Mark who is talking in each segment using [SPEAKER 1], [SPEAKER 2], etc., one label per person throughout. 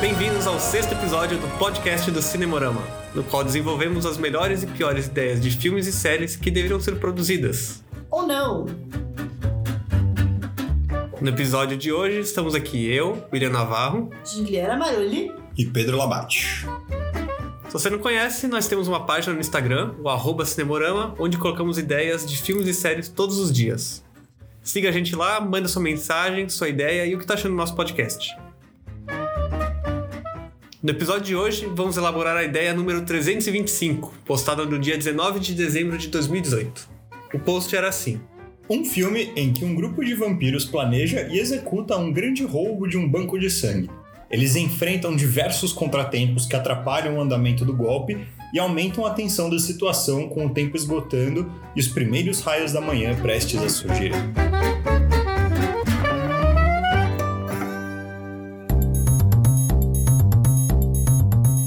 [SPEAKER 1] Bem-vindos ao sexto episódio do podcast do Cinemorama, no qual desenvolvemos as melhores e piores ideias de filmes e séries que deveriam ser produzidas.
[SPEAKER 2] Ou não?
[SPEAKER 1] No episódio de hoje, estamos aqui eu, William Navarro.
[SPEAKER 2] Juliana Marulli.
[SPEAKER 3] e Pedro Labate.
[SPEAKER 1] Se você não conhece, nós temos uma página no Instagram, o arroba Cinemorama, onde colocamos ideias de filmes e séries todos os dias. Siga a gente lá, manda sua mensagem, sua ideia e o que tá achando do nosso podcast. No episódio de hoje, vamos elaborar a ideia número 325, postada no dia 19 de dezembro de 2018. O post era assim.
[SPEAKER 3] Um filme em que um grupo de vampiros planeja e executa um grande roubo de um banco de sangue. Eles enfrentam diversos contratempos que atrapalham o andamento do golpe e aumentam a tensão da situação com o tempo esgotando e os primeiros raios da manhã prestes a surgir.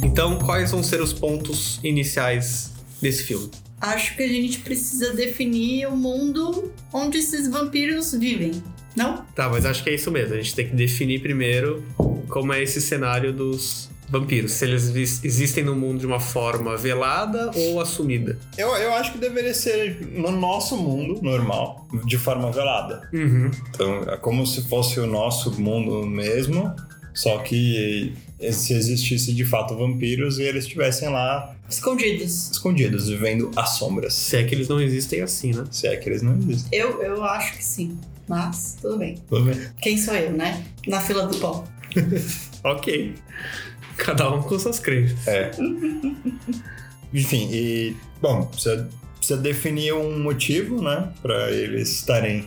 [SPEAKER 1] Então, quais vão ser os pontos iniciais desse filme?
[SPEAKER 2] Acho que a gente precisa definir o mundo onde esses vampiros vivem, não?
[SPEAKER 1] Tá, mas acho que é isso mesmo. A gente tem que definir primeiro como é esse cenário dos vampiros. Se eles vis- existem no mundo de uma forma velada ou assumida.
[SPEAKER 3] Eu, eu acho que deveria ser no nosso mundo normal, de forma velada.
[SPEAKER 1] Uhum.
[SPEAKER 3] Então, é como se fosse o nosso mundo mesmo, só que eh, se existisse de fato vampiros e eles estivessem lá
[SPEAKER 2] Escondidos.
[SPEAKER 3] escondidos, vivendo às sombras.
[SPEAKER 1] Se é que eles não existem assim, né?
[SPEAKER 3] Se é que eles não existem.
[SPEAKER 2] Eu, eu acho que sim, mas tudo bem.
[SPEAKER 3] Tudo bem.
[SPEAKER 2] Quem sou eu, né? Na fila do pão.
[SPEAKER 1] Ok. Cada um com suas crenças.
[SPEAKER 3] É. Enfim, e. Bom, precisa, precisa definir um motivo, né? Pra eles estarem.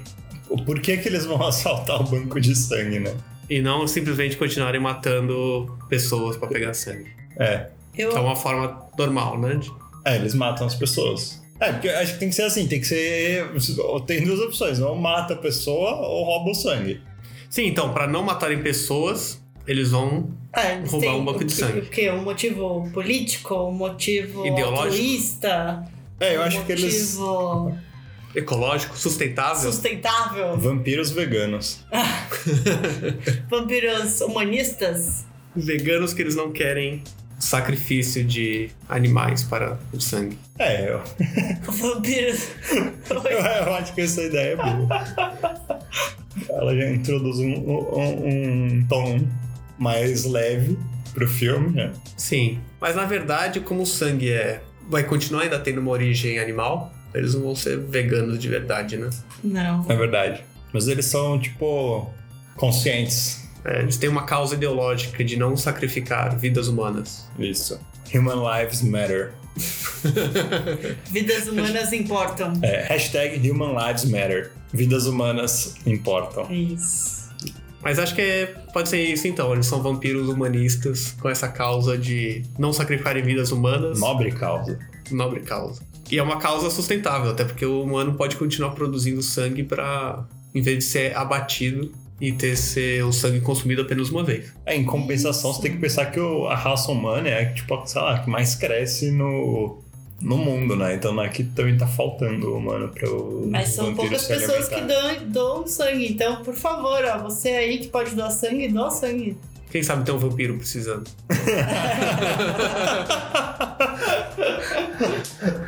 [SPEAKER 3] O porquê que eles vão assaltar o banco de sangue, né?
[SPEAKER 1] E não simplesmente continuarem matando pessoas pra pegar sangue.
[SPEAKER 3] É.
[SPEAKER 2] Eu,
[SPEAKER 1] Que é uma forma normal, né? De-
[SPEAKER 3] É, eles matam as pessoas. É, porque eu acho que tem que ser assim, tem que ser. Tem duas opções, ou mata a pessoa ou rouba o sangue.
[SPEAKER 1] Sim, então, pra não matarem pessoas, eles vão.
[SPEAKER 2] é, eles
[SPEAKER 1] roubar
[SPEAKER 2] têm
[SPEAKER 1] um banco de
[SPEAKER 2] o que-
[SPEAKER 1] sangue.
[SPEAKER 2] O quê? Um motivo político? Um motivo
[SPEAKER 1] Ideológico?
[SPEAKER 2] altruísta?
[SPEAKER 3] É, eu
[SPEAKER 2] um
[SPEAKER 3] acho que eles.
[SPEAKER 2] motivo
[SPEAKER 1] Ecológico, sustentável.
[SPEAKER 2] sustentável?
[SPEAKER 3] Vampiros veganos.
[SPEAKER 2] Vampiros humanistas?
[SPEAKER 1] Veganos que eles não querem sacrifício de animais para o sangue.
[SPEAKER 3] É, eu,
[SPEAKER 2] Vampiros...
[SPEAKER 3] eu acho que essa ideia é boa. Ela já introduz um, um- um tom mais leve pro filme, né?
[SPEAKER 1] Sim, mas na verdade, como o sangue é vai continuar ainda tendo uma origem animal, eles não vão ser veganos de verdade, né?
[SPEAKER 2] Não.
[SPEAKER 3] É verdade. Mas eles são, tipo, conscientes.
[SPEAKER 1] É, eles têm uma causa ideológica de não sacrificar vidas humanas.
[SPEAKER 3] Isso. Human Lives Matter.
[SPEAKER 2] Vidas humanas importam.
[SPEAKER 3] É, hashtag Human Lives Matter. Vidas humanas importam.
[SPEAKER 2] É Isso.
[SPEAKER 1] Mas acho que é- pode ser isso então, eles são vampiros humanistas com essa causa de não sacrificarem vidas humanas,
[SPEAKER 3] Nobre causa.
[SPEAKER 1] nobre causa. E é uma causa sustentável, até porque o humano pode continuar produzindo sangue para em vez de ser abatido e ter seu sangue consumido apenas uma vez.
[SPEAKER 3] É, em compensação, você tem que pensar que o- a raça humana é a que, tipo, sei lá, que mais cresce no, no mundo, né? Então aqui também tá faltando humano pra o
[SPEAKER 2] Mas são
[SPEAKER 3] Uhum. vampiro
[SPEAKER 2] poucas
[SPEAKER 3] se
[SPEAKER 2] pessoas que
[SPEAKER 3] alimentar.
[SPEAKER 2] dão, doam sangue. Então, por favor, ó, você aí que pode doar sangue, doa sangue.
[SPEAKER 1] Quem sabe tem um vampiro precisando.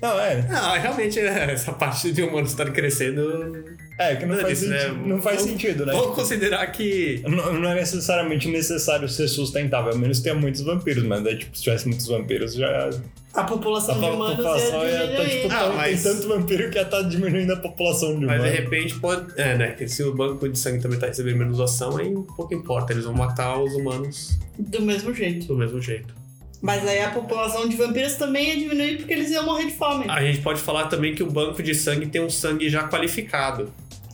[SPEAKER 3] Não, é.
[SPEAKER 1] Não, realmente é, essa parte de humanos estar crescendo.
[SPEAKER 3] É, que não,
[SPEAKER 1] Não,
[SPEAKER 3] faz,
[SPEAKER 1] isso, né?
[SPEAKER 3] sentido, não faz
[SPEAKER 1] Vamos-
[SPEAKER 3] sentido, né?
[SPEAKER 1] Vamos considerar que.
[SPEAKER 3] Não, não é necessariamente necessário ser sustentável, a menos que tenha muitos vampiros, mas daí, tipo, se tivesse muitos vampiros, já.
[SPEAKER 2] A
[SPEAKER 3] A
[SPEAKER 2] população de humanos é
[SPEAKER 3] população
[SPEAKER 2] ia
[SPEAKER 3] ia tá,
[SPEAKER 2] diminuir.
[SPEAKER 3] tipo,
[SPEAKER 1] Ah,
[SPEAKER 3] tão-
[SPEAKER 1] mas-
[SPEAKER 3] tem tanto vampiro que ia tá diminuindo a população de
[SPEAKER 1] Mas de
[SPEAKER 3] humanos.
[SPEAKER 1] repente pode. É, né? Que se o banco de sangue também tá recebendo menos doação, aí um pouco importa. Eles vão matar os humanos
[SPEAKER 2] Do mesmo jeito.
[SPEAKER 1] do mesmo jeito.
[SPEAKER 2] Mas aí a população de vampiros também ia diminuir porque eles iam morrer de fome.
[SPEAKER 3] Ah.
[SPEAKER 1] A gente pode falar também que o banco de sangue tem um sangue já qualificado,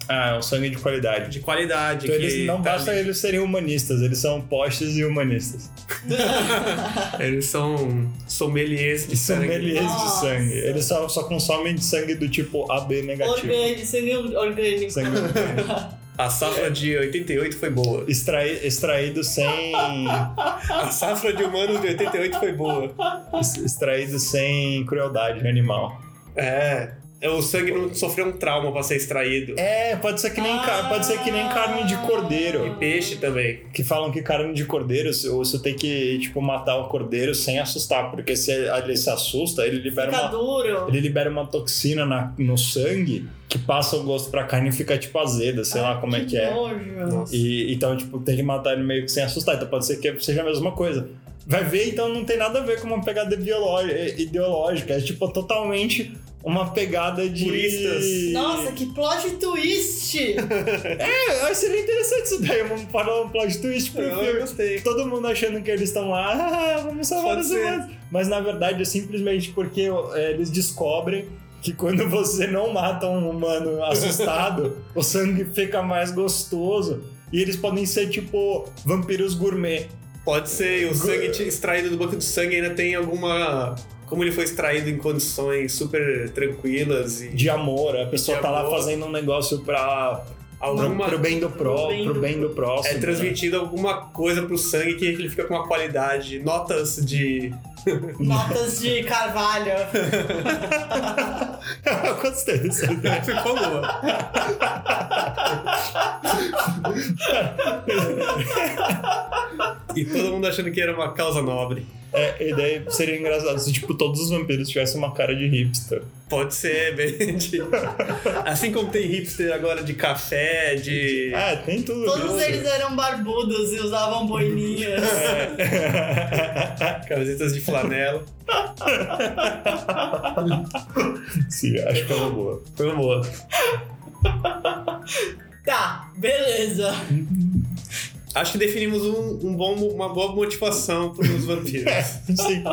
[SPEAKER 3] Ah, é um sangue de qualidade.
[SPEAKER 1] de qualidade.
[SPEAKER 3] Então
[SPEAKER 1] que
[SPEAKER 3] eles, não
[SPEAKER 1] tá
[SPEAKER 3] basta
[SPEAKER 1] ali.
[SPEAKER 3] eles serem humanistas, eles são postes e humanistas.
[SPEAKER 1] Eles são sommeliers de
[SPEAKER 3] E são
[SPEAKER 1] sangue.
[SPEAKER 3] sommeliers de
[SPEAKER 2] Nossa.
[SPEAKER 3] sangue. Eles só, só consomem de sangue do tipo AB negativo.
[SPEAKER 2] orgânico, sangue orgânico.
[SPEAKER 3] Sangue orgânico.
[SPEAKER 1] A safra de 88 foi boa.
[SPEAKER 3] Extrai, extraído sem.
[SPEAKER 1] A safra de humanos de 88 foi boa.
[SPEAKER 3] Extraído sem crueldade animal.
[SPEAKER 1] É. O sangue não sofreu um trauma pra ser extraído.
[SPEAKER 3] É, pode ser que nem, ca-
[SPEAKER 2] Ah.
[SPEAKER 3] pode ser que nem carne de cordeiro.
[SPEAKER 1] E peixe também.
[SPEAKER 3] Que falam que carne de cordeiro, se- você tem que, tipo, matar o cordeiro sem assustar, porque se ele se assusta, ele libera
[SPEAKER 2] Fica
[SPEAKER 3] uma,
[SPEAKER 2] duro.
[SPEAKER 3] ele libera uma toxina na- no sangue que passa o gosto pra carne e fica, tipo, azeda, sei lá como é que é.
[SPEAKER 2] Nojo.
[SPEAKER 3] E, então, tipo, tem que matar ele meio que sem assustar. Então pode ser que seja a mesma coisa. Vai ver, então não tem nada a ver com uma pegada bioló- eh, ideológica. É tipo totalmente uma pegada de.
[SPEAKER 1] Puristas.
[SPEAKER 2] Nossa, que plot twist!
[SPEAKER 3] É, aí seria interessante isso daí, uma parada, um plot twist pro filme.
[SPEAKER 1] gostei.
[SPEAKER 3] Todo mundo achando que eles estão lá, ah, vamos salvar
[SPEAKER 1] Pode
[SPEAKER 3] os
[SPEAKER 1] ser.
[SPEAKER 3] humanos. Mas na verdade é simplesmente porque eh, eles descobrem que quando você não mata um humano assustado, o sangue fica mais gostoso. E eles podem ser tipo vampiros gourmet.
[SPEAKER 1] Pode ser, e o sangue te- extraído do banco de sangue ainda tem alguma. Como ele foi extraído em condições super tranquilas e
[SPEAKER 3] de amor, a pessoa
[SPEAKER 1] De
[SPEAKER 3] tá lá
[SPEAKER 1] amor.
[SPEAKER 3] fazendo um negócio pra,
[SPEAKER 1] alguma.
[SPEAKER 3] pro bem do
[SPEAKER 2] pro
[SPEAKER 3] próximo,
[SPEAKER 2] bem
[SPEAKER 3] pro
[SPEAKER 2] do-
[SPEAKER 3] bem do próximo. né?
[SPEAKER 1] É transmitido alguma coisa pro sangue que ele fica com uma qualidade, notas de.
[SPEAKER 2] Notas de carvalho.
[SPEAKER 3] Eu Gostei disso.
[SPEAKER 1] Ficou boa. e todo mundo achando que era uma causa nobre.
[SPEAKER 3] É, e daí seria engraçado se, tipo, todos os vampiros tivessem uma cara de hipster.
[SPEAKER 1] Pode ser, bem. de- Assim como tem hipster agora de café, de.
[SPEAKER 3] Ah, tem tudo.
[SPEAKER 2] Todos
[SPEAKER 3] isso.
[SPEAKER 2] eles eram barbudos e usavam boininhas.
[SPEAKER 3] É.
[SPEAKER 1] Camisetas de flanela.
[SPEAKER 3] Sim, acho que é uma boa.
[SPEAKER 1] Foi uma boa.
[SPEAKER 2] Tá, beleza.
[SPEAKER 1] Acho que definimos um, um bom, uma boa motivação para os vampiros.
[SPEAKER 3] Sim, sim.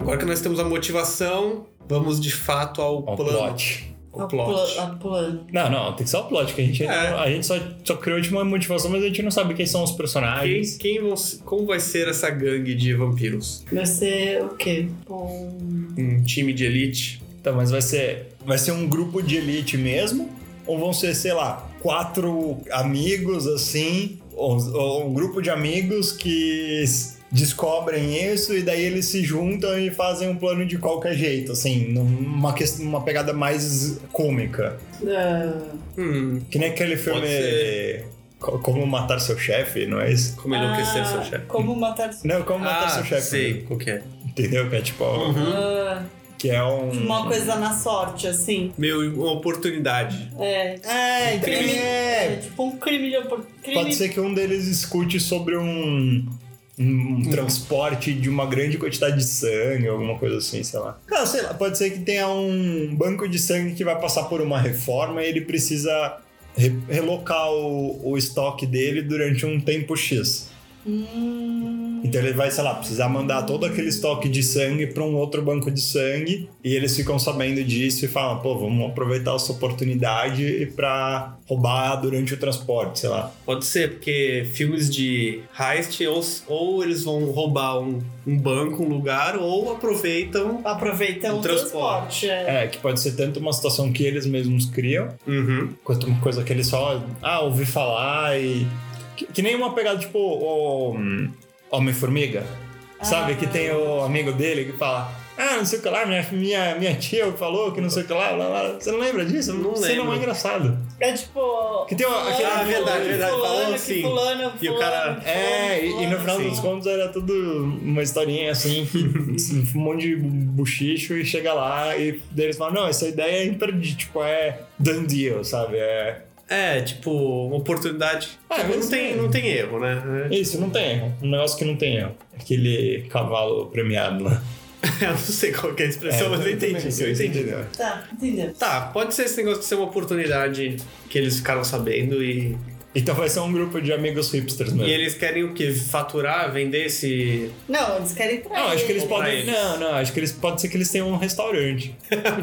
[SPEAKER 1] Agora que nós temos a motivação, vamos de fato ao
[SPEAKER 3] Ó,
[SPEAKER 1] plano.
[SPEAKER 3] plot.
[SPEAKER 1] Ao
[SPEAKER 2] A
[SPEAKER 1] plot.
[SPEAKER 2] pla- a plano.
[SPEAKER 3] Não, não, tem que ser o plot, que a gente,
[SPEAKER 1] É.
[SPEAKER 3] a gente só, só criou tipo, uma motivação, mas a gente não sabe quem são os
[SPEAKER 1] Quem,
[SPEAKER 3] personagens.
[SPEAKER 1] quem vão se- como vai ser essa gangue de vampiros?
[SPEAKER 2] Vai ser o quê? Um...
[SPEAKER 1] Um time de elite?
[SPEAKER 3] Então, mas vai ser, vai ser um grupo de elite mesmo? Ou vão ser, sei lá, quatro amigos assim? Ou, ou um grupo de amigos que s- descobrem isso e daí eles se juntam e fazem um plano de qualquer jeito, assim, numa ques- numa pegada mais cômica.
[SPEAKER 2] ah,
[SPEAKER 1] Hum,
[SPEAKER 3] Que nem aquele filme.
[SPEAKER 1] Pode ser.
[SPEAKER 3] Co- Como Matar Seu Chefe, não é isso?
[SPEAKER 1] como enlouquecer
[SPEAKER 2] ah,
[SPEAKER 1] seu chefe?
[SPEAKER 2] Como matar seu
[SPEAKER 3] Não, Como Matar Seu Chefe.
[SPEAKER 1] Ah,
[SPEAKER 3] né?
[SPEAKER 1] sei qual que é.
[SPEAKER 3] Entendeu? Que é tipo.
[SPEAKER 1] Uhum.
[SPEAKER 2] Ah,
[SPEAKER 3] Que é um.
[SPEAKER 2] Uma coisa na sorte, assim.
[SPEAKER 1] Meio uma oportunidade.
[SPEAKER 2] É.
[SPEAKER 3] É, então,
[SPEAKER 2] Crime-
[SPEAKER 3] é,
[SPEAKER 2] É tipo um crime de opor- crime
[SPEAKER 3] Pode ser que um deles escute sobre um, um transporte de uma grande quantidade de sangue, alguma coisa assim, sei lá. Não, sei lá, pode ser que tenha um banco de sangue que vai passar por uma reforma e ele precisa re- relocar o, o estoque dele durante um tempo X.
[SPEAKER 2] Hum,
[SPEAKER 3] Então ele vai, sei lá, precisar mandar todo aquele estoque de sangue para um outro banco de sangue e eles ficam sabendo disso e falam, pô, vamos aproveitar essa oportunidade para roubar durante o transporte, sei lá.
[SPEAKER 1] Pode ser, porque filmes de heist, ou, ou eles vão roubar um, um banco, um lugar, ou aproveitam.
[SPEAKER 2] aproveita
[SPEAKER 1] O
[SPEAKER 3] Um
[SPEAKER 2] o, transporte. é.
[SPEAKER 3] É, que pode ser tanto uma situação que eles mesmos criam,
[SPEAKER 1] Uhum.
[SPEAKER 3] quanto uma coisa que eles só, ah, ouvi falar e. Que, que nem uma pegada tipo o. hum, Homem-Formiga. Sabe? Que tem o amigo dele que fala. Ah, não sei o que lá, minha, minha, minha tia falou que não sei o que lá, blá, blá. Você não lembra disso?
[SPEAKER 1] Não
[SPEAKER 3] Você não
[SPEAKER 1] lembro.
[SPEAKER 3] é engraçado.
[SPEAKER 2] É tipo.
[SPEAKER 3] Que tem o- aquele-
[SPEAKER 1] Ah, verdade, verdade,
[SPEAKER 2] Fulano,
[SPEAKER 1] falando
[SPEAKER 2] que
[SPEAKER 1] assim.
[SPEAKER 2] Fulano,
[SPEAKER 1] E o
[SPEAKER 2] fulano,
[SPEAKER 1] cara-
[SPEAKER 3] É, e, e no final
[SPEAKER 1] Sim.
[SPEAKER 3] dos contos era tudo uma historinha assim, que um monte de bochicho e chega lá e daí eles falam, não, essa ideia é imperdível, tipo, é done deal, sabe? É,
[SPEAKER 1] É, tipo, uma oportunidade.
[SPEAKER 3] É,
[SPEAKER 1] Tipo,
[SPEAKER 3] mas
[SPEAKER 1] não, tem,
[SPEAKER 3] é.
[SPEAKER 1] não tem erro, né?
[SPEAKER 3] isso, não tem erro. Um negócio que não tem erro. Aquele cavalo premiado lá.
[SPEAKER 1] Eu não sei qual que é a expressão, mas eu entendi. Eu entendi.
[SPEAKER 2] Tá, entendeu?
[SPEAKER 1] Tá, pode ser esse negócio de ser uma oportunidade que eles ficaram sabendo e,
[SPEAKER 3] Então vai ser um grupo de amigos hipsters
[SPEAKER 1] e
[SPEAKER 3] mesmo.
[SPEAKER 1] eles querem o quê? Faturar, vender esse.
[SPEAKER 2] Não, eles querem trair.
[SPEAKER 3] Não, acho que eles
[SPEAKER 1] Ou pra
[SPEAKER 3] podem.
[SPEAKER 1] eles.
[SPEAKER 3] Não, não, acho que eles pode ser que eles tenham um restaurante.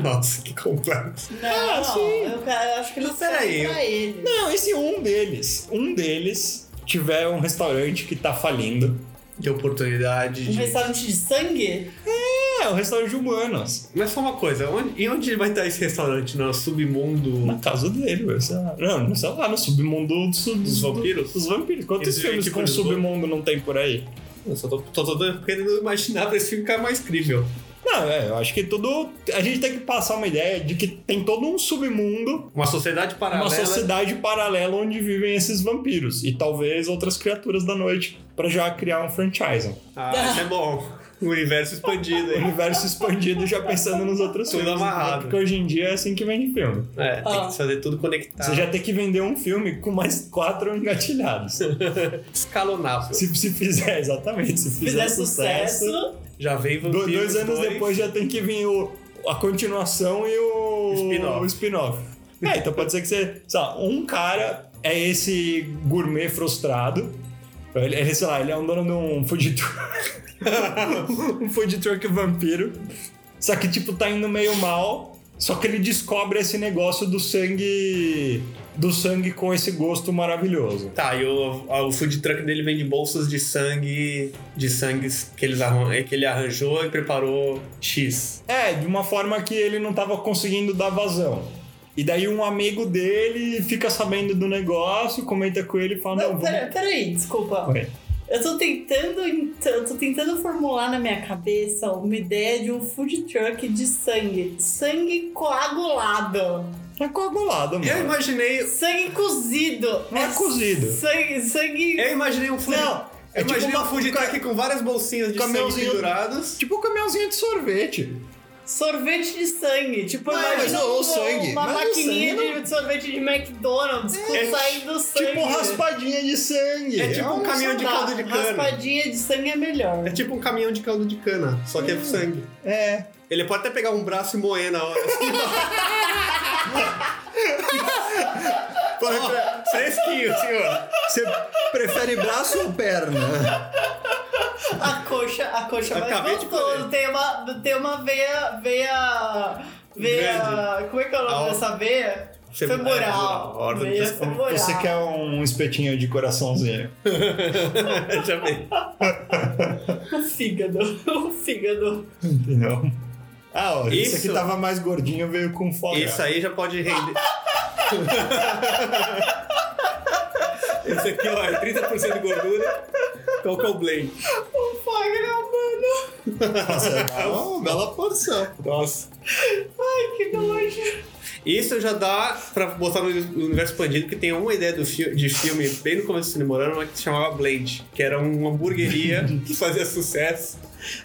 [SPEAKER 1] Nossa, que complexo.
[SPEAKER 2] Não,
[SPEAKER 3] Ah, sim.
[SPEAKER 2] Eu, ca- eu acho que eles
[SPEAKER 1] Pera aí,
[SPEAKER 2] querem
[SPEAKER 1] eu-
[SPEAKER 2] pra ele.
[SPEAKER 3] Não, e se um deles, um deles tiver um restaurante que tá falindo?
[SPEAKER 1] De oportunidade.
[SPEAKER 2] Um
[SPEAKER 1] De...
[SPEAKER 2] restaurante de sangue?
[SPEAKER 3] É, É, um restaurante de humanos.
[SPEAKER 1] Mas só uma coisa, onde, e onde vai estar esse restaurante? No submundo
[SPEAKER 3] Na casa dele, velho. sei lá. Não, sei lá, no submundo dos,
[SPEAKER 1] dos vampiros?
[SPEAKER 3] Dos vampiros. Quantos
[SPEAKER 1] Eles vivem
[SPEAKER 3] filmes
[SPEAKER 1] tipo
[SPEAKER 3] com
[SPEAKER 1] de zumbi.
[SPEAKER 3] submundo não tem por aí?
[SPEAKER 1] Eu só tô, tô, tô- tô querendo imaginar pra esse filme ficar mais crível.
[SPEAKER 3] Não, é, eu acho que tudo. A gente tem que passar uma ideia de que tem todo um submundo,
[SPEAKER 1] Uma sociedade paralela.
[SPEAKER 3] uma sociedade paralela onde vivem esses vampiros e talvez outras criaturas da noite pra já criar um franchise.
[SPEAKER 1] Ah, isso é bom. O universo expandido aí.
[SPEAKER 3] Universo expandido já pensando nos outros
[SPEAKER 1] Tudo
[SPEAKER 3] filmes. né?
[SPEAKER 1] amarrado.
[SPEAKER 3] Porque hoje em dia é assim que vende filme.
[SPEAKER 1] É, tem
[SPEAKER 2] Ah.
[SPEAKER 1] que fazer tudo conectado.
[SPEAKER 3] Você já tem que vender um filme com mais quatro engatilhados.
[SPEAKER 1] escalonável.
[SPEAKER 3] se, se fizer, exatamente. Se
[SPEAKER 2] Se
[SPEAKER 3] fizer,
[SPEAKER 2] fizer sucesso,
[SPEAKER 1] Já vem
[SPEAKER 3] do-
[SPEAKER 1] vampiros.
[SPEAKER 3] dois anos
[SPEAKER 1] dois.
[SPEAKER 3] depois já tem que vir o, a continuação e o
[SPEAKER 1] Spin-off.
[SPEAKER 3] o spin-off. é, então pode ser que você. Sei lá, um cara é esse gourmet frustrado. Ele, ele, sei lá, ele é um dono de um food truck. um food truck vampiro. Só que, tipo, tá indo meio mal. Só que ele descobre esse negócio do sangue. Do sangue com esse gosto maravilhoso.
[SPEAKER 1] Tá, e o, a- o food truck dele vende bolsas de sangue, de sangues que, eles arran é, que ele arranjou e preparou X.
[SPEAKER 3] É, de uma forma que ele não tava conseguindo dar vazão. E daí um amigo dele fica sabendo do negócio, comenta com ele e fala, não, é.
[SPEAKER 2] Não,
[SPEAKER 3] vamos...
[SPEAKER 2] pera- peraí, desculpa.
[SPEAKER 3] Oi.
[SPEAKER 2] Eu tô tentando, ent- eu tô tentando formular na minha cabeça uma ideia de um food truck de sangue. Sangue coagulado.
[SPEAKER 3] É coagulado, mano.
[SPEAKER 1] Eu imaginei.
[SPEAKER 2] Sangue cozido.
[SPEAKER 3] Não é cozido. É.
[SPEAKER 2] Sangue, sangue.
[SPEAKER 1] Eu imaginei um food.
[SPEAKER 3] Não, é
[SPEAKER 1] eu
[SPEAKER 3] tipo
[SPEAKER 1] imaginei
[SPEAKER 3] uma-
[SPEAKER 1] um food truck com várias bolsinhas de sangue
[SPEAKER 3] Caminhãozinho-
[SPEAKER 1] penduradas.
[SPEAKER 3] Tipo um caminhãozinho de sorvete.
[SPEAKER 2] Sorvete de sangue. Tipo,
[SPEAKER 3] Não,
[SPEAKER 2] imagina
[SPEAKER 3] mas não,
[SPEAKER 2] uma,
[SPEAKER 3] o sangue.
[SPEAKER 2] uma
[SPEAKER 3] Mas o
[SPEAKER 2] maquininha
[SPEAKER 3] sangue
[SPEAKER 2] de sorvete de McDonald's com
[SPEAKER 1] É,
[SPEAKER 2] saindo sangue.
[SPEAKER 3] Tipo raspadinha de sangue.
[SPEAKER 1] É tipo um
[SPEAKER 3] uma
[SPEAKER 1] caminhão de
[SPEAKER 2] Tá,
[SPEAKER 1] caldo de cana.
[SPEAKER 2] Raspadinha de sangue é melhor.
[SPEAKER 1] É tipo um caminhão de caldo de cana, só que é sangue.
[SPEAKER 3] Hum, É.
[SPEAKER 1] Ele pode até pegar um braço e moer na hora. Assim,
[SPEAKER 3] Ah.
[SPEAKER 1] ó. Pode entrar- Fresquinho, senhor.
[SPEAKER 3] Você prefere braço ou perna?
[SPEAKER 2] A coxa, a coxa vai
[SPEAKER 1] Acabei de
[SPEAKER 2] voltando. Tem uma, tem uma veia. veia. veia. Como é que é o nome
[SPEAKER 1] Al-
[SPEAKER 2] dessa veia?
[SPEAKER 1] Fem-
[SPEAKER 2] Femoral.
[SPEAKER 1] é, ordem
[SPEAKER 2] veia
[SPEAKER 1] dos-
[SPEAKER 2] femoral.
[SPEAKER 3] Você quer um espetinho de coraçãozinho.
[SPEAKER 1] Já vem.
[SPEAKER 2] o fígado. O fígado.
[SPEAKER 3] Entendeu? Ah, ó, esse
[SPEAKER 1] Isso-
[SPEAKER 3] aqui tava mais gordinho, veio com folga.
[SPEAKER 1] Isso aí já pode render. Esse aqui, ó, é 30% de gordura. Toca o blend.
[SPEAKER 2] O fígado, mano.
[SPEAKER 3] Nossa, é
[SPEAKER 1] Então,
[SPEAKER 3] uma bela porção.
[SPEAKER 1] Nossa.
[SPEAKER 2] Ai, que nojo.
[SPEAKER 1] Isso já dá pra botar no universo expandido que tem uma ideia do fi- de filme bem no começo do Cine Morano que se chamava Blade, que era uma hamburgueria que fazia sucesso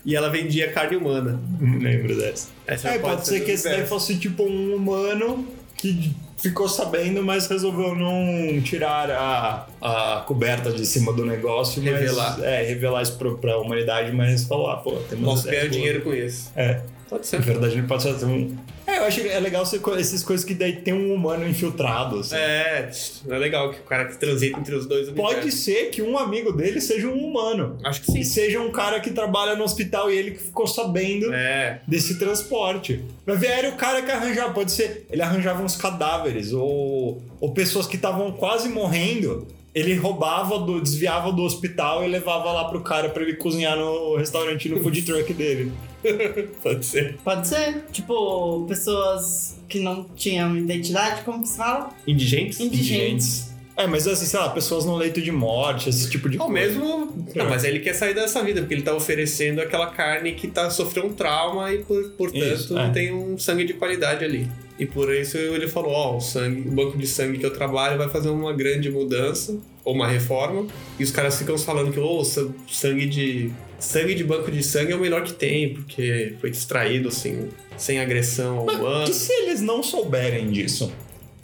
[SPEAKER 1] e ela vendia carne humana.
[SPEAKER 3] Não lembro dessa.
[SPEAKER 1] Essa já
[SPEAKER 3] É, pode ser
[SPEAKER 1] do
[SPEAKER 3] que esse daí
[SPEAKER 1] universo.
[SPEAKER 3] fosse tipo um humano que ficou sabendo, mas resolveu não tirar a, a coberta de cima do negócio. mas-
[SPEAKER 1] Revelar.
[SPEAKER 3] é, revelar isso pra, pra humanidade, mas falou, ah, pô, temos...
[SPEAKER 1] Nossa,
[SPEAKER 3] é,
[SPEAKER 1] ganha
[SPEAKER 3] pô,
[SPEAKER 1] dinheiro com isso.
[SPEAKER 3] É,
[SPEAKER 1] Pode
[SPEAKER 3] na
[SPEAKER 1] ser.
[SPEAKER 3] verdade ele pode ser um... É, eu acho que é legal ser co- essas coisas que daí tem um humano infiltrado, assim.
[SPEAKER 1] É, é legal que o cara que transita entre os dois
[SPEAKER 3] Pode
[SPEAKER 1] universos.
[SPEAKER 3] ser que um amigo dele seja um humano.
[SPEAKER 1] Acho que
[SPEAKER 3] E
[SPEAKER 1] é. sim.
[SPEAKER 3] seja um cara que trabalha no hospital e ele que ficou sabendo
[SPEAKER 1] É.
[SPEAKER 3] desse transporte. Mas era o cara que arranjava, pode ser, ele arranjava uns cadáveres ou, ou pessoas que estavam quase morrendo. Ele roubava, do, desviava do hospital e levava lá pro cara pra ele cozinhar no restaurante no food truck dele.
[SPEAKER 1] Pode ser.
[SPEAKER 2] Pode ser. Tipo, pessoas que não tinham identidade, como que se fala?
[SPEAKER 1] Indigentes?
[SPEAKER 2] Indigentes.
[SPEAKER 3] É, mas assim, sei lá, pessoas no leito de morte, esse tipo de
[SPEAKER 1] Ou
[SPEAKER 3] coisa.
[SPEAKER 1] mesmo. Não, mas aí ele quer sair dessa vida, porque ele tá oferecendo aquela carne que tá sofreu um trauma e, por, portanto,
[SPEAKER 3] Isso, é.
[SPEAKER 1] tem um sangue de qualidade ali. E por isso ele falou: Ó, o sangue, o banco de sangue que eu trabalho vai fazer uma grande mudança, ou uma reforma. E os caras ficam falando que, ô, sa- sangue de. Sangue de banco de sangue é o melhor que tem, porque foi extraído assim, sem agressão ao humano.
[SPEAKER 3] E se eles não souberem disso?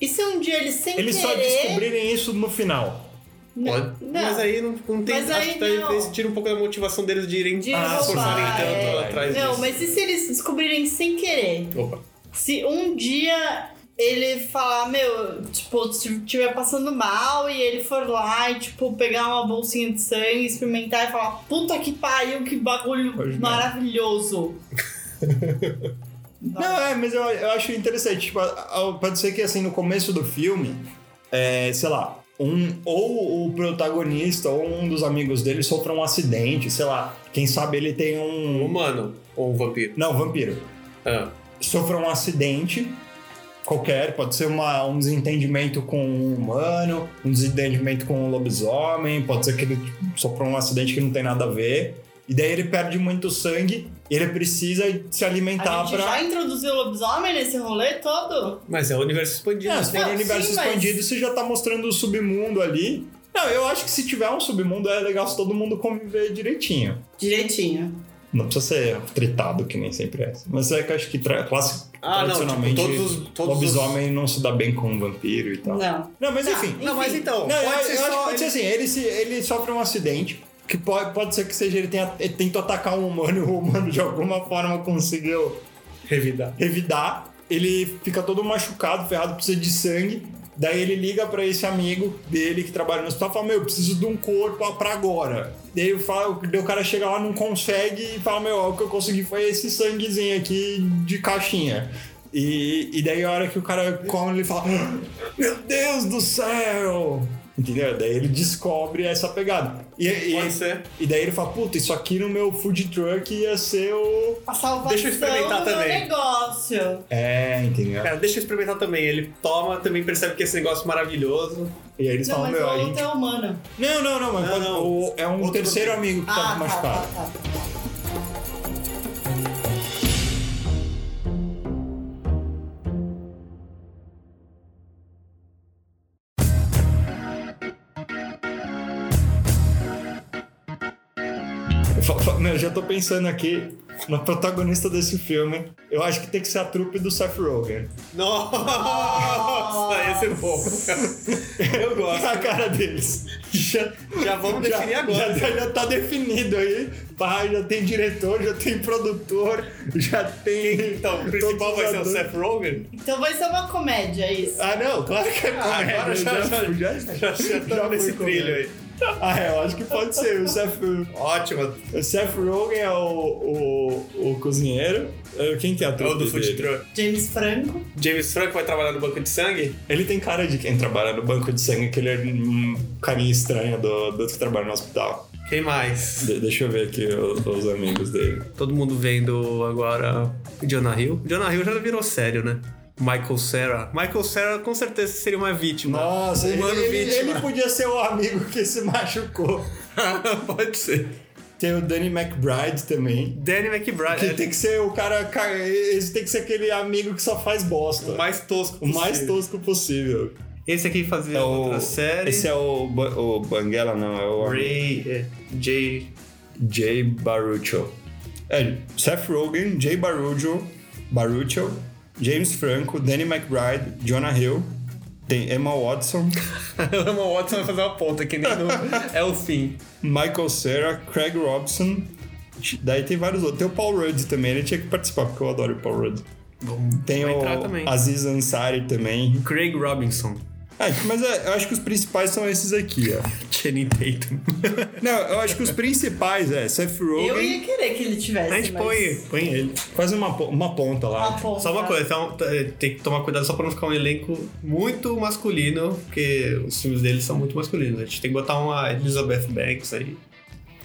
[SPEAKER 2] E se um dia eles sem
[SPEAKER 3] Eles só
[SPEAKER 2] querer...
[SPEAKER 3] descobrirem isso no final.
[SPEAKER 2] Não,
[SPEAKER 1] Pode.
[SPEAKER 2] não.
[SPEAKER 1] Mas aí não, não tem.
[SPEAKER 2] Mas
[SPEAKER 1] acho
[SPEAKER 2] aí
[SPEAKER 1] que daí
[SPEAKER 2] não.
[SPEAKER 1] eles tiram um pouco da motivação deles de irem
[SPEAKER 2] De
[SPEAKER 3] Ah,
[SPEAKER 2] roubar,
[SPEAKER 1] forçarem tanto
[SPEAKER 2] é.
[SPEAKER 1] atrás
[SPEAKER 2] Não,
[SPEAKER 1] disso.
[SPEAKER 2] mas e se eles descobrirem sem querer?
[SPEAKER 1] Opa.
[SPEAKER 2] Se um dia ele falar, meu, tipo, se estiver passando mal e ele for lá e, tipo, pegar uma bolsinha de sangue, experimentar e falar, puta que pariu, que bagulho
[SPEAKER 3] Pois não.
[SPEAKER 2] maravilhoso.
[SPEAKER 3] Não, é, mas eu, eu acho interessante. Tipo, a- a- pode ser que assim, no começo do filme, é, sei lá, um, ou o protagonista ou um dos amigos dele sofra um acidente, sei lá. Quem sabe ele tem
[SPEAKER 1] Um
[SPEAKER 3] um.
[SPEAKER 1] humano ou um vampiro.
[SPEAKER 3] Não, vampiro.
[SPEAKER 1] Ah,
[SPEAKER 3] Sofra um acidente qualquer, pode ser uma, um desentendimento com um humano, um desentendimento com um lobisomem, pode ser que ele tipo, sofra um acidente que não tem nada a ver. E daí ele perde muito sangue e ele precisa se
[SPEAKER 2] A
[SPEAKER 3] alimentar
[SPEAKER 2] gente
[SPEAKER 3] Então, pra.
[SPEAKER 2] já introduziu o lobisomem nesse rolê todo?
[SPEAKER 1] mas é o universo expandido.
[SPEAKER 3] Não, se for
[SPEAKER 2] Não,
[SPEAKER 3] um universo
[SPEAKER 2] sim, mas-
[SPEAKER 3] expandido, você já tá mostrando o submundo ali. Não, eu acho que se tiver um submundo, é legal se todo mundo conviver direitinho.
[SPEAKER 2] Direitinho.
[SPEAKER 3] Não precisa ser tritado, que nem sempre é. Mas é que eu acho que tra... classe...
[SPEAKER 1] Ah, não, tipo,
[SPEAKER 3] tradicionalmente,
[SPEAKER 1] todos os. Todos os-
[SPEAKER 3] lobisomem não se dá bem com um vampiro e tal. Não,
[SPEAKER 2] Não.
[SPEAKER 3] mas
[SPEAKER 2] Tá.
[SPEAKER 3] enfim.
[SPEAKER 1] Não, mas
[SPEAKER 2] Enfim.
[SPEAKER 1] então.
[SPEAKER 3] Não, eu,
[SPEAKER 1] pode
[SPEAKER 3] eu
[SPEAKER 1] ser
[SPEAKER 3] acho que
[SPEAKER 1] só
[SPEAKER 3] pode ser assim, ele, se, ele sofre um acidente, que pode, pode ser que seja ele, tenha, ele tentou atacar um humano e o humano de alguma forma conseguiu assim.
[SPEAKER 1] Revidar.
[SPEAKER 3] revidar. Ele fica todo machucado, ferrado, precisa de sangue. Daí ele liga pra esse amigo dele que trabalha no hospital e fala: Meu, eu preciso de um corpo pra agora. Daí, eu falo, daí o cara chega lá, não consegue e fala: Meu, ó, o que eu consegui foi esse sanguezinho aqui de caixinha. E, e daí a hora que o cara come, ele fala: "Ah, Meu Deus do céu! Entendeu? Daí ele descobre essa pegada. E, e-
[SPEAKER 1] Pode ser.
[SPEAKER 3] e daí ele fala: Puta, isso aqui no meu food truck ia ser o.
[SPEAKER 2] A salvação
[SPEAKER 1] Deixa eu experimentar
[SPEAKER 2] do meu
[SPEAKER 1] também.
[SPEAKER 2] negócio.
[SPEAKER 3] É, entendeu?
[SPEAKER 1] Cara, deixa eu experimentar também. Ele toma, também percebe que esse negócio é maravilhoso.
[SPEAKER 3] E aí eles
[SPEAKER 2] Não,
[SPEAKER 3] falam,
[SPEAKER 2] mas
[SPEAKER 3] meu,
[SPEAKER 2] o
[SPEAKER 3] a
[SPEAKER 2] outro
[SPEAKER 3] gente.
[SPEAKER 2] é humano.
[SPEAKER 3] Não, não, não, mas
[SPEAKER 1] Não,
[SPEAKER 3] pode-
[SPEAKER 1] não.
[SPEAKER 3] o- é um
[SPEAKER 1] Outro
[SPEAKER 3] terceiro
[SPEAKER 1] vampiro.
[SPEAKER 3] amigo que
[SPEAKER 2] Ah,
[SPEAKER 3] tava
[SPEAKER 2] tá,
[SPEAKER 3] machucado.
[SPEAKER 2] tá, tá. tá.
[SPEAKER 3] Eu falo, falo, meu, já tô pensando aqui na protagonista desse filme. Eu acho que tem que ser a trupe do Seth Rogen.
[SPEAKER 1] Nossa, esse é bom. Eu gosto.
[SPEAKER 3] a cara deles. Já,
[SPEAKER 1] Já vamos
[SPEAKER 3] já-
[SPEAKER 1] definir agora.
[SPEAKER 3] Já, já tá definido aí. Pá, já tem diretor, já tem produtor, já tem.
[SPEAKER 1] Então, o principal vai ser o
[SPEAKER 3] todos os
[SPEAKER 1] Seth Rogen.
[SPEAKER 2] Então vai ser uma comédia, isso.
[SPEAKER 3] Ah, não, claro que é comédia.
[SPEAKER 1] agora já-
[SPEAKER 3] já,
[SPEAKER 1] Já, já tá
[SPEAKER 3] fui
[SPEAKER 1] nesse
[SPEAKER 3] comédia.
[SPEAKER 1] trilho aí.
[SPEAKER 3] Ah, é, eu acho que pode ser. O Seth,
[SPEAKER 1] Ótimo. é
[SPEAKER 3] O Seth Rogen é o, o, o cozinheiro. É, Quem que é a
[SPEAKER 1] Ou
[SPEAKER 3] trupe
[SPEAKER 1] do food
[SPEAKER 3] dele?
[SPEAKER 1] truck.
[SPEAKER 2] James Franco.
[SPEAKER 1] James Franco vai trabalhar no banco de sangue?
[SPEAKER 3] Ele tem cara de quem trabalha no banco de sangue, que ele é um carinha estranho do, do que trabalha no hospital.
[SPEAKER 1] Quem mais?
[SPEAKER 3] De- deixa eu ver aqui os, os amigos dele.
[SPEAKER 1] Todo mundo vendo agora Jonah Hill. Jonah Hill já virou sério, né? Michael Cera. Michael Cera com certeza seria uma vítima.
[SPEAKER 3] Nossa, ele,
[SPEAKER 1] Humano
[SPEAKER 3] ele-
[SPEAKER 1] vítima.
[SPEAKER 3] ele podia ser o amigo que se machucou.
[SPEAKER 1] Pode ser.
[SPEAKER 3] Tem o Danny McBride também.
[SPEAKER 1] Danny
[SPEAKER 3] Que
[SPEAKER 1] McBride. é
[SPEAKER 3] tem que ser o cara. ca- Esse tem que ser aquele amigo que só faz bosta.
[SPEAKER 1] O mais É tosco.
[SPEAKER 3] O mais
[SPEAKER 1] possível.
[SPEAKER 3] tosco possível.
[SPEAKER 1] Esse aqui fazia outra série.
[SPEAKER 3] Esse é o, Ba- o Banguela, não, é o.
[SPEAKER 1] Ray. É, Jay.
[SPEAKER 3] Jay Baruchel. É, Seth Rogen, Jay Baruchel, Baruchel, James Franco, Danny McBride, Jonah Hill, tem Emma Watson,
[SPEAKER 1] o Emma Watson vai fazer uma ponta, que nem no. é o fim.
[SPEAKER 3] Michael Cera, Craig Robson. Daí tem vários outros. Tem o Paul Rudd também, ele tinha que participar, porque eu adoro o Paul Rudd.
[SPEAKER 1] Vamos
[SPEAKER 3] Tem o
[SPEAKER 1] entrar também.
[SPEAKER 3] Aziz Ansari também.
[SPEAKER 1] Craig Robinson.
[SPEAKER 3] É, mas é, eu acho que os principais são esses aqui, ó.
[SPEAKER 1] Channing Tatum.
[SPEAKER 3] Não, eu acho que os principais é Seth
[SPEAKER 2] Eu
[SPEAKER 3] Rogen.
[SPEAKER 2] ia querer que ele tivesse.
[SPEAKER 1] A gente
[SPEAKER 2] mas-
[SPEAKER 1] põe, põe ele.
[SPEAKER 3] Faz uma, po- uma ponta lá.
[SPEAKER 2] Uma ponta.
[SPEAKER 1] Só uma coisa, então, t- tem que tomar cuidado só pra não ficar um elenco muito masculino, porque os filmes deles são muito masculinos. A gente tem que botar uma Elizabeth Banks aí.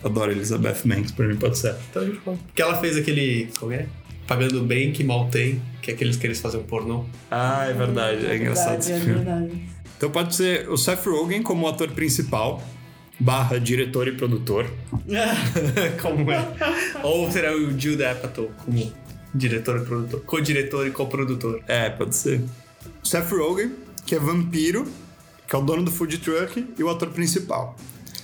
[SPEAKER 3] Adoro Elizabeth Banks, pra mim pode ser.
[SPEAKER 1] Então a gente pode. Porque ela fez aquele. Como é? Pagando bem que mal tem, que é aqueles que eles fazem um pornô.
[SPEAKER 3] Ah, é verdade. É engraçado
[SPEAKER 2] Verdade,
[SPEAKER 3] esse
[SPEAKER 2] é
[SPEAKER 3] filme.
[SPEAKER 2] verdade.
[SPEAKER 3] Então pode ser o Seth Rogen como ator principal, barra diretor e produtor.
[SPEAKER 1] como é? Ou será o Jude Apatow como diretor e produtor, co-diretor e coprodutor.
[SPEAKER 3] É, pode ser. Seth Rogen, que é vampiro, que é o dono do food truck e o ator principal.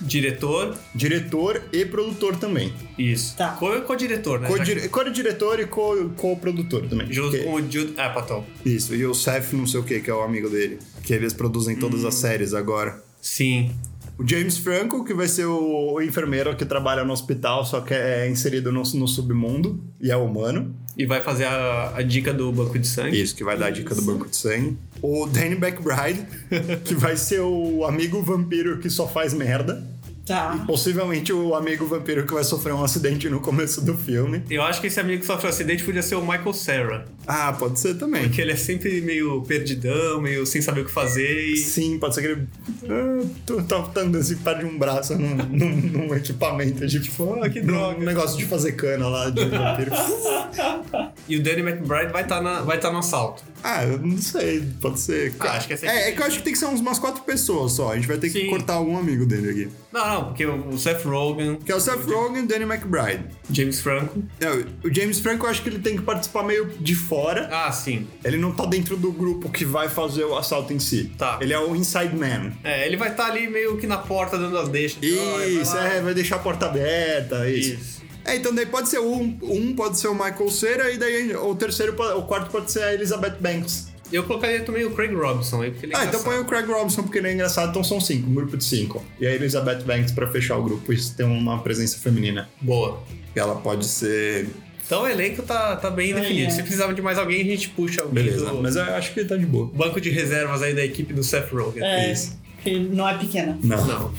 [SPEAKER 1] Diretor,
[SPEAKER 3] Diretor e produtor também.
[SPEAKER 1] isso.
[SPEAKER 2] Tá.
[SPEAKER 1] Co- Co-diretor, né? Já que-
[SPEAKER 3] Co-dire- Co-diretor e co- co-produtor também.
[SPEAKER 1] Junto
[SPEAKER 3] Porque-
[SPEAKER 1] com o Jude Apatow.
[SPEAKER 3] Isso, e o Seth não sei o que, que é o amigo dele. Que eles produzem todas as séries agora.
[SPEAKER 1] Sim.
[SPEAKER 3] O James Franco, que vai ser o, o enfermeiro que trabalha no hospital, só que é inserido no, no submundo e é humano.
[SPEAKER 1] E vai fazer a, a dica do banco de sangue.
[SPEAKER 3] É Isso, que vai dar a dica do banco de sangue. O Danny McBride, que vai ser o amigo vampiro que só faz merda.
[SPEAKER 2] Tá.
[SPEAKER 3] Possivelmente o amigo vampiro que vai sofrer um acidente no começo do filme.
[SPEAKER 1] Eu acho que esse amigo que sofreu um acidente podia ser o Michael Sarah.
[SPEAKER 3] Ah, pode ser também.
[SPEAKER 1] Porque ele é sempre meio perdidão, meio sem saber o que fazer. E...
[SPEAKER 3] Sim, pode ser que ele. Ah, tô- tá dando esse pé de um braço num, num- num equipamento de. Tipo,
[SPEAKER 1] que droga.
[SPEAKER 3] Um negócio de fazer cana lá de vampiro.
[SPEAKER 1] e o Danny McBride vai estar na... vai tá no assalto.
[SPEAKER 3] ah, eu não sei, pode ser.
[SPEAKER 1] Ah, acho que essa
[SPEAKER 3] é, é que eu acho que tem que ser uns- umas quatro pessoas só. A gente vai ter que
[SPEAKER 1] Sim.
[SPEAKER 3] cortar algum amigo dele aqui.
[SPEAKER 1] Não, não, porque o Seth Rogen,
[SPEAKER 3] Que é o Seth Rogen e o Danny McBride.
[SPEAKER 1] James Franco.
[SPEAKER 3] Não, É, o James Franco eu acho que ele tem que participar meio de fora.
[SPEAKER 1] Ah, sim.
[SPEAKER 3] Ele não tá dentro do grupo que vai fazer o assalto em si.
[SPEAKER 1] Tá.
[SPEAKER 3] Ele é o inside man.
[SPEAKER 1] É, ele vai estar ali meio que na porta dando as deixas. Olha,
[SPEAKER 3] Isso,
[SPEAKER 1] vai lá.
[SPEAKER 3] é, vai deixar a porta aberta, isso.
[SPEAKER 1] Ah, Isso.
[SPEAKER 3] É, então daí pode ser um, um pode ser o Michael Cera e daí o terceiro, po- o quarto pode ser a Elizabeth Banks.
[SPEAKER 1] Eu colocaria também o Craig Robinson aí, porque ele é
[SPEAKER 3] ah, então
[SPEAKER 1] engraçado.
[SPEAKER 3] põe o Craig Robinson porque ele é engraçado, então são cinco, um grupo de cinco. E a Elizabeth Banks pra fechar o grupo, isso tem uma presença feminina.
[SPEAKER 1] Boa.
[SPEAKER 3] E ela pode ser...
[SPEAKER 1] Então o elenco tá, tá bem
[SPEAKER 2] Ai,
[SPEAKER 1] definido.
[SPEAKER 2] é.
[SPEAKER 1] Se precisava de mais alguém, a gente puxa alguém
[SPEAKER 3] Beleza,
[SPEAKER 1] do
[SPEAKER 3] mas eu acho que tá de boa.
[SPEAKER 1] banco de reservas aí da equipe do Seth Rogen.
[SPEAKER 2] É,
[SPEAKER 3] Isso.
[SPEAKER 2] que não é pequena.
[SPEAKER 3] Não.
[SPEAKER 1] Não.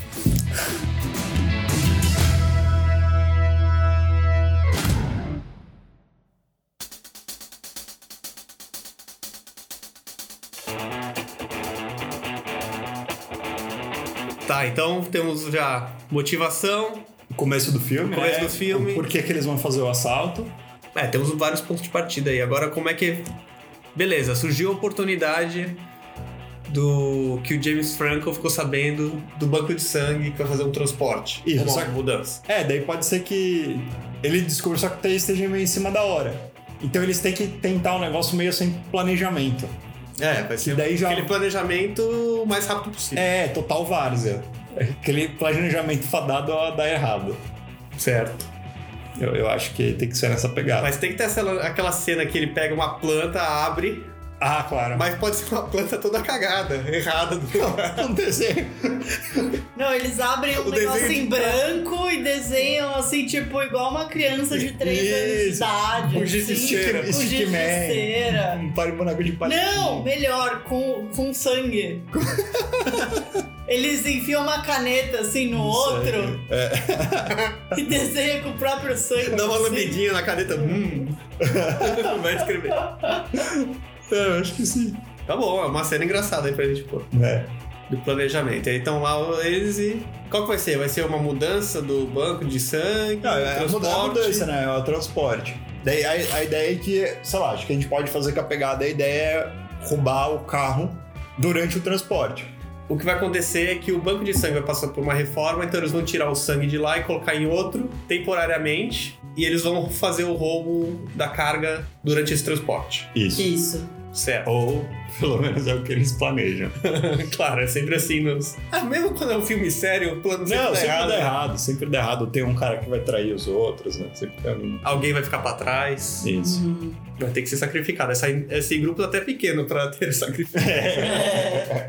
[SPEAKER 1] Tá, então temos já motivação.
[SPEAKER 3] O começo do filme,
[SPEAKER 1] O começo
[SPEAKER 3] né?
[SPEAKER 1] do filme.
[SPEAKER 3] O porquê que eles vão fazer o assalto.
[SPEAKER 1] É, temos vários pontos de partida aí. Agora, como é que. Beleza, surgiu a oportunidade do que o James Franco ficou sabendo do banco de sangue para fazer um transporte.
[SPEAKER 3] Isso,
[SPEAKER 1] Uma
[SPEAKER 3] só que-
[SPEAKER 1] mudança.
[SPEAKER 3] É, daí pode ser que ele descubra só que esteja meio em cima da hora. Então eles têm que tentar um negócio meio sem planejamento.
[SPEAKER 1] É, vai ser
[SPEAKER 3] daí já-
[SPEAKER 1] aquele planejamento o mais rápido possível.
[SPEAKER 3] É, total várzea. Aquele planejamento fadado a dar errado. É,
[SPEAKER 1] Certo.
[SPEAKER 3] Eu, eu acho que tem que ser nessa pegada.
[SPEAKER 1] Mas tem que ter essa- aquela cena que ele pega uma planta, abre,
[SPEAKER 3] Ah, claro.
[SPEAKER 1] mas pode ser uma planta toda cagada, errada.
[SPEAKER 3] um desenho.
[SPEAKER 2] Não, eles abrem um
[SPEAKER 1] O desenho
[SPEAKER 2] negócio em
[SPEAKER 1] de-
[SPEAKER 2] branco e desenham assim, tipo, igual uma criança de 3 anos de
[SPEAKER 3] Isso.
[SPEAKER 2] idade.
[SPEAKER 3] Com giz de
[SPEAKER 2] assim,
[SPEAKER 3] cera.
[SPEAKER 2] com giz de
[SPEAKER 3] Stickman.
[SPEAKER 2] cera.
[SPEAKER 3] Um par boneco de palha.
[SPEAKER 2] Não, melhor, com, com sangue. Eles enfiam uma caneta assim no outro e desenham com o próprio sangue.
[SPEAKER 1] é. Dá uma
[SPEAKER 2] assim.
[SPEAKER 1] lambidinha na caneta. Hum. vai escrever.
[SPEAKER 3] É, eu acho que sim.
[SPEAKER 1] Tá bom, é uma cena engraçada aí pra gente pôr.
[SPEAKER 3] É.
[SPEAKER 1] do planejamento. Aí estão lá eles e. Qual que vai ser? Vai ser uma mudança do banco de sangue?
[SPEAKER 3] Não, é a muda- a
[SPEAKER 1] transporte?
[SPEAKER 3] mudança, né? É o transporte. Daí a, a ideia é que, sei lá, acho que a gente pode fazer com a pegada. A ideia é roubar o carro durante o transporte.
[SPEAKER 1] O que vai acontecer é que o banco de sangue vai passar por uma reforma, então eles vão tirar o sangue de lá e colocar em outro, temporariamente, e eles vão fazer o roubo da carga durante esse transporte.
[SPEAKER 3] Isso.
[SPEAKER 2] Isso.
[SPEAKER 1] Certo.
[SPEAKER 3] Ou, pelo menos, é o que eles planejam.
[SPEAKER 1] claro, é sempre assim. Nos... Ah, mesmo quando é um filme sério, o plano sempre
[SPEAKER 3] Não,
[SPEAKER 1] dá
[SPEAKER 3] sempre
[SPEAKER 1] errado.
[SPEAKER 3] dá errado, sempre dá errado. Tem um cara que vai trair os outros, né? Sempre tem algum.
[SPEAKER 1] Alguém vai ficar pra trás,
[SPEAKER 3] Isso.
[SPEAKER 2] Uhum.
[SPEAKER 1] vai ter que ser sacrificado. Essa- esse grupo tá até pequeno pra ter sacrificado.
[SPEAKER 3] É.
[SPEAKER 2] É,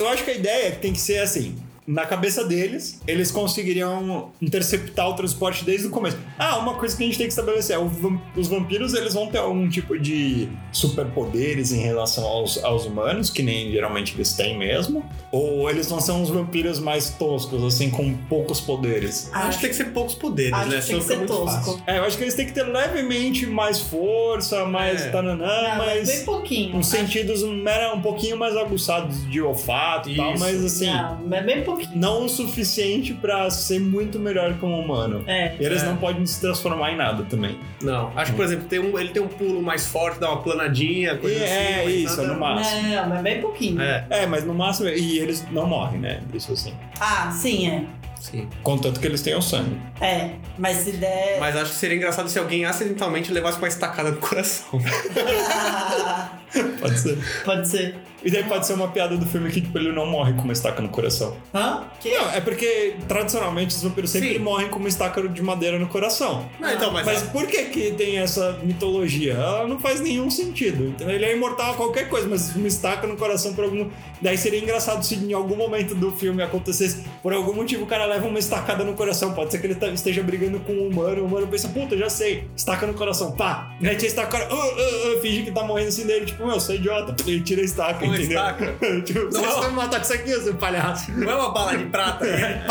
[SPEAKER 3] Eu acho que a ideia é que tem que ser assim. Na cabeça deles, eles conseguiriam interceptar o transporte desde o começo. Ah, uma coisa que a gente tem que estabelecer é o vam- os vampiros eles vão ter algum tipo de superpoderes em relação aos, aos humanos, que nem geralmente eles têm mesmo. Ou eles vão ser uns vampiros mais toscos, assim, com poucos poderes.
[SPEAKER 1] Acho, que tem que ser poucos poderes,
[SPEAKER 2] acho
[SPEAKER 1] né?
[SPEAKER 2] que
[SPEAKER 1] Senão
[SPEAKER 2] tem que
[SPEAKER 1] fica
[SPEAKER 2] ser
[SPEAKER 1] muito fácil.
[SPEAKER 2] tosco.
[SPEAKER 3] É, eu acho que eles têm que ter levemente mais força, mais
[SPEAKER 1] É.
[SPEAKER 3] tananã,
[SPEAKER 2] Ah, mas bem
[SPEAKER 3] mais
[SPEAKER 2] pouquinho.
[SPEAKER 3] uns sentidos mera- um pouquinho mais aguçados de olfato e tal,
[SPEAKER 1] Isso.
[SPEAKER 3] mas assim,
[SPEAKER 2] Não, mas bem pouquinho.
[SPEAKER 3] não o suficiente pra ser muito melhor como humano.
[SPEAKER 2] É.
[SPEAKER 3] E eles
[SPEAKER 1] É.
[SPEAKER 3] não podem se transformar em nada também.
[SPEAKER 1] Não. Acho que, por exemplo, tem um, ele tem um pulo mais forte, dá uma planadinha, coisa
[SPEAKER 3] E
[SPEAKER 1] assim.
[SPEAKER 3] é
[SPEAKER 1] mas
[SPEAKER 3] isso,
[SPEAKER 1] nada-
[SPEAKER 3] no máximo.
[SPEAKER 2] Não, mas bem pouquinho.
[SPEAKER 1] É,
[SPEAKER 3] É, mas no máximo. E eles não morrem, né? Isso assim.
[SPEAKER 2] Ah, sim, é.
[SPEAKER 1] sim.
[SPEAKER 3] Contanto que eles tenham sangue.
[SPEAKER 2] É. Mas se der.
[SPEAKER 1] Mas acho que seria engraçado se alguém acidentalmente levasse uma estacada no coração.
[SPEAKER 2] Ah,
[SPEAKER 3] Pode ser.
[SPEAKER 2] pode ser.
[SPEAKER 3] E daí pode ser uma piada do filme que tipo, ele não morre com uma estaca no coração.
[SPEAKER 2] Hã? Que?
[SPEAKER 3] Não, é porque tradicionalmente os vampiros sempre
[SPEAKER 1] Sim.
[SPEAKER 3] morrem com uma estaca de madeira no coração.
[SPEAKER 1] Não, então, mas.
[SPEAKER 4] é.
[SPEAKER 3] Mas por que que tem essa mitologia? Ela não faz nenhum sentido. entendeu? Ele é imortal a qualquer coisa, mas me estaca no coração por algum... Daí seria engraçado se em algum momento do filme acontecesse, por algum motivo o cara leva uma estacada no coração. Pode ser que ele tá- esteja brigando com um humano, o humano pensa, puta, já sei, estaca no coração, pá. Mete a estaca, no cara, "Ah, ah, ah", finge que tá morrendo assim dele, tipo, meu, sou idiota, e tira a estaca.
[SPEAKER 4] uma
[SPEAKER 3] entendeu?
[SPEAKER 4] estaca.
[SPEAKER 3] Tipo, vocês
[SPEAKER 4] não.
[SPEAKER 3] vão me matar com isso aqui, seu palhaço.
[SPEAKER 4] Não é uma bala de prata. né?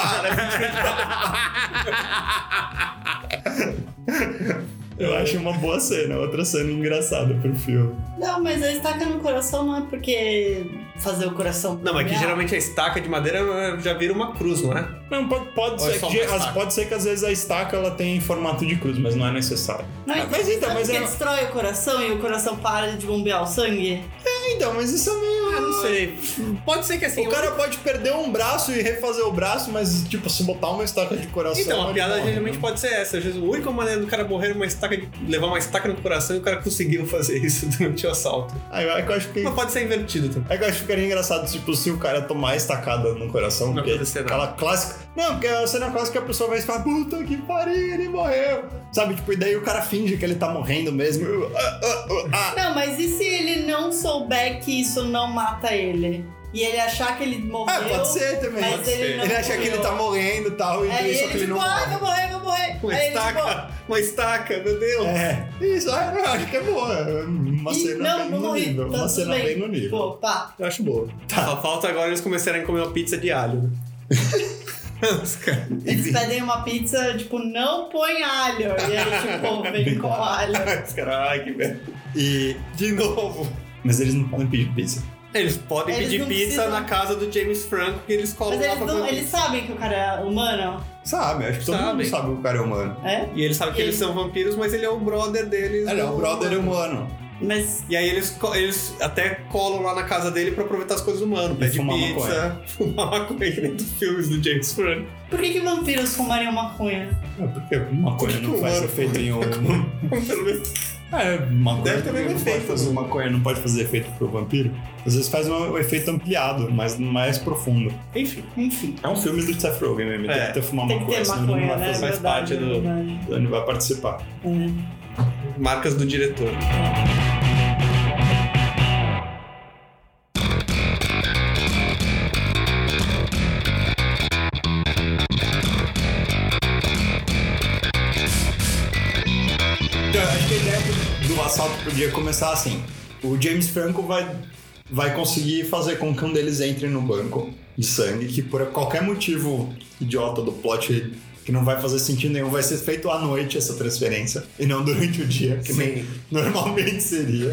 [SPEAKER 3] Eu acho uma boa cena, outra cena engraçada pro filme.
[SPEAKER 2] Não, mas a estaca no coração não é porque fazer o coração.
[SPEAKER 1] Não, mas que
[SPEAKER 2] brilhar.
[SPEAKER 1] geralmente a estaca de madeira eh, já vira uma cruz, não é?
[SPEAKER 3] Não, pode, pode,
[SPEAKER 4] Ou é
[SPEAKER 3] ser,
[SPEAKER 4] só
[SPEAKER 3] que,
[SPEAKER 4] uma
[SPEAKER 3] as-
[SPEAKER 4] estaca?
[SPEAKER 3] pode ser que às vezes a estaca ela tem formato de cruz, mas não é necessário.
[SPEAKER 2] Não,
[SPEAKER 3] Ah, mas então,
[SPEAKER 2] sabe
[SPEAKER 3] mas
[SPEAKER 2] que
[SPEAKER 3] é-
[SPEAKER 2] destrói o coração e o coração para de bombear o sangue?
[SPEAKER 3] Então, mas isso é meio.
[SPEAKER 1] Eu Ah, não sei. Pode ser que assim.
[SPEAKER 3] O cara pode perder um braço e refazer o braço, mas, tipo, se botar uma estaca de coração.
[SPEAKER 1] Então, a
[SPEAKER 3] ele
[SPEAKER 1] piada
[SPEAKER 3] morre,
[SPEAKER 1] geralmente
[SPEAKER 3] né?
[SPEAKER 1] pode ser essa. Às vezes, a única maneira do cara morrer é uma estaca de- levar uma estaca no coração e o cara conseguiu fazer isso durante o assalto.
[SPEAKER 3] Aí é que eu acho que.
[SPEAKER 1] Mas pode ser invertido também.
[SPEAKER 3] É que eu acho que ficaria engraçado, tipo, se o cara tomar a estacada no coração.
[SPEAKER 1] Não
[SPEAKER 3] porque
[SPEAKER 1] acontecer nada.
[SPEAKER 3] aquela clássica. Não, porque é a cena clássica a pessoa vai falar, puta que pariu, ele morreu. Sabe, tipo, e daí o cara finge que ele tá morrendo mesmo. Ah, ah, ah, ah.
[SPEAKER 2] Não, mas e se ele não souber que isso não mata ele? E ele achar que ele morreu?
[SPEAKER 3] Ah, pode ser também.
[SPEAKER 2] mas
[SPEAKER 3] Pode
[SPEAKER 2] ele
[SPEAKER 3] ser.
[SPEAKER 2] não
[SPEAKER 3] ele acha que ele
[SPEAKER 2] morreu.
[SPEAKER 3] tá morrendo e tal, e
[SPEAKER 2] Aí
[SPEAKER 3] daí só
[SPEAKER 2] ele
[SPEAKER 3] que ele não
[SPEAKER 2] tipo, ah,
[SPEAKER 3] morre.
[SPEAKER 2] vou morrer, vou morrer.
[SPEAKER 1] Uma
[SPEAKER 2] Aí ele, tipo,
[SPEAKER 1] estaca! Uma estaca, meu Deus!
[SPEAKER 3] É, isso, ah, eu acho que é boa. É Uma
[SPEAKER 2] Ih,
[SPEAKER 3] cena
[SPEAKER 2] não,
[SPEAKER 3] bem
[SPEAKER 2] não
[SPEAKER 3] no
[SPEAKER 2] morri,
[SPEAKER 3] nível.
[SPEAKER 2] tá
[SPEAKER 3] Uma
[SPEAKER 2] tudo
[SPEAKER 3] cena
[SPEAKER 2] bem.
[SPEAKER 3] bem no nível.
[SPEAKER 2] pô, pá.
[SPEAKER 1] Eu acho boa. Só falta agora eles começarem a comer uma pizza de alho. né? Os caras-
[SPEAKER 2] Eles pedem uma pizza, tipo, não põe alho. E aí, tipo, vem com alho.
[SPEAKER 3] Os caras, ai, que merda. E, de novo. Mas eles não podem pedir pizza.
[SPEAKER 1] eles podem
[SPEAKER 2] Eles
[SPEAKER 1] pedir
[SPEAKER 2] não
[SPEAKER 1] pizza
[SPEAKER 2] precisam.
[SPEAKER 1] na casa do James Franco que eles colam
[SPEAKER 2] Mas
[SPEAKER 1] lá
[SPEAKER 2] eles,
[SPEAKER 1] pra
[SPEAKER 2] não,
[SPEAKER 1] comer
[SPEAKER 2] eles sabem que o cara é humano,
[SPEAKER 3] Sabe, acho que todo mundo
[SPEAKER 1] Sabem.
[SPEAKER 3] sabe que o cara é humano.
[SPEAKER 2] é?
[SPEAKER 1] E ele sabe que eles são vampiros, mas ele é o brother deles.
[SPEAKER 3] Ele é o
[SPEAKER 1] do-
[SPEAKER 3] brother humano.
[SPEAKER 2] Mas
[SPEAKER 1] E aí eles, co- eles até colam lá na casa dele pra aproveitar as coisas humanas. Pede
[SPEAKER 3] fumar
[SPEAKER 1] pizza, fumar maconha, que nem dos filmes do James Franco.
[SPEAKER 2] por que, que vampiros fumariam maconha?
[SPEAKER 3] É porque maconha
[SPEAKER 1] não faz
[SPEAKER 3] efeito em humano.
[SPEAKER 1] Pelo menos.
[SPEAKER 3] É, maconha
[SPEAKER 1] Deve ter
[SPEAKER 3] também
[SPEAKER 1] mesmo
[SPEAKER 3] não pode
[SPEAKER 1] efeito.
[SPEAKER 3] fazer maconha, não pode fazer efeito pro vampiro. Às vezes faz um, um efeito ampliado, mas mais profundo.
[SPEAKER 1] Enfim,
[SPEAKER 2] Enfim,
[SPEAKER 3] É um filme do Seth Rogen mesmo,
[SPEAKER 1] É.
[SPEAKER 3] tem que ter fumar
[SPEAKER 2] tem que
[SPEAKER 3] maconha,
[SPEAKER 2] ter
[SPEAKER 3] senão ele
[SPEAKER 2] maconha,
[SPEAKER 3] não vai
[SPEAKER 2] né?
[SPEAKER 3] fazer,
[SPEAKER 1] faz parte do-
[SPEAKER 2] verdade.
[SPEAKER 3] ele não vai participar.
[SPEAKER 2] É.
[SPEAKER 1] marcas do diretor.
[SPEAKER 3] Então, eu acho que a ideia do- do assalto podia começar assim. O James Franco vai, vai conseguir fazer com que um deles entre no banco de sangue, que por qualquer motivo idiota do plot que não vai fazer sentido nenhum, vai ser feito à noite essa transferência, e não durante o dia, que nem normalmente seria.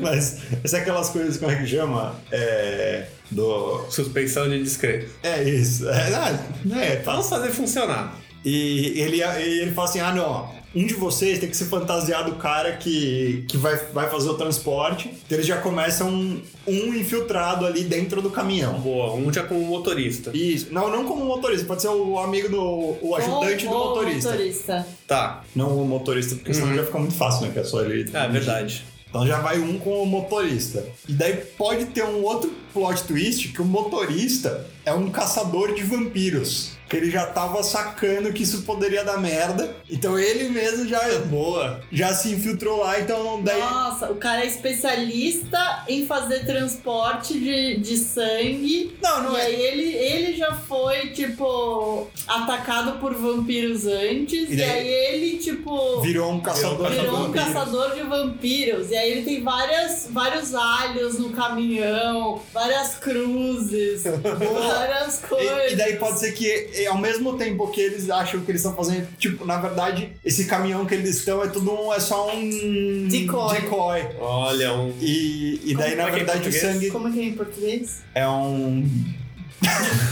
[SPEAKER 3] Mas essa é aquelas coisas, como é que chama? É... Do...
[SPEAKER 1] Suspensão de descrédito.
[SPEAKER 3] É isso. É, ah, é, tá
[SPEAKER 1] Vamos fazer funcionar.
[SPEAKER 3] e ele, e ele fala assim: ah, não, um de vocês tem que se fantasiar do cara que, que vai, vai fazer o transporte. Então eles já começam um, um infiltrado ali dentro do caminhão.
[SPEAKER 1] Boa, um já como motorista.
[SPEAKER 3] Isso. Não, não como motorista, pode ser o amigo do. o ajudante
[SPEAKER 2] Ou-
[SPEAKER 3] do
[SPEAKER 2] ou
[SPEAKER 3] motorista.
[SPEAKER 2] É. motorista.
[SPEAKER 1] Tá,
[SPEAKER 3] Não o motorista, porque senão já fica muito fácil, né? Que é só ele.
[SPEAKER 1] é verdade.
[SPEAKER 3] Então já vai um com o motorista. E daí pode ter um outro plot twist que o motorista é um caçador de vampiros. Que ele já tava sacando que isso poderia dar merda. Então ele mesmo já. Boa! Já se infiltrou lá, então não daí.
[SPEAKER 2] Nossa, o cara é especialista em fazer transporte de, de sangue.
[SPEAKER 3] Não, não
[SPEAKER 2] e
[SPEAKER 3] é.
[SPEAKER 2] aí ele, ele já foi, tipo, atacado por vampiros antes.
[SPEAKER 3] E
[SPEAKER 2] E,
[SPEAKER 3] daí-
[SPEAKER 2] aí ele, tipo,
[SPEAKER 3] Virou um caçador de
[SPEAKER 2] virou um
[SPEAKER 3] vampiros.
[SPEAKER 2] caçador de vampiros. E aí ele tem várias, vários alhos no caminhão, várias cruzes, várias coisas.
[SPEAKER 3] E, e daí pode ser que, e- ao mesmo tempo que eles acham que eles estão fazendo, tipo, na verdade, esse caminhão que eles estão é tudo um, é só um
[SPEAKER 2] Decoy.
[SPEAKER 3] decoy.
[SPEAKER 1] Olha, um.
[SPEAKER 3] E, e daí,
[SPEAKER 1] Como
[SPEAKER 3] na
[SPEAKER 1] é que é em
[SPEAKER 3] verdade, o
[SPEAKER 1] português?
[SPEAKER 3] sangue
[SPEAKER 2] Como é que é em português?
[SPEAKER 3] é um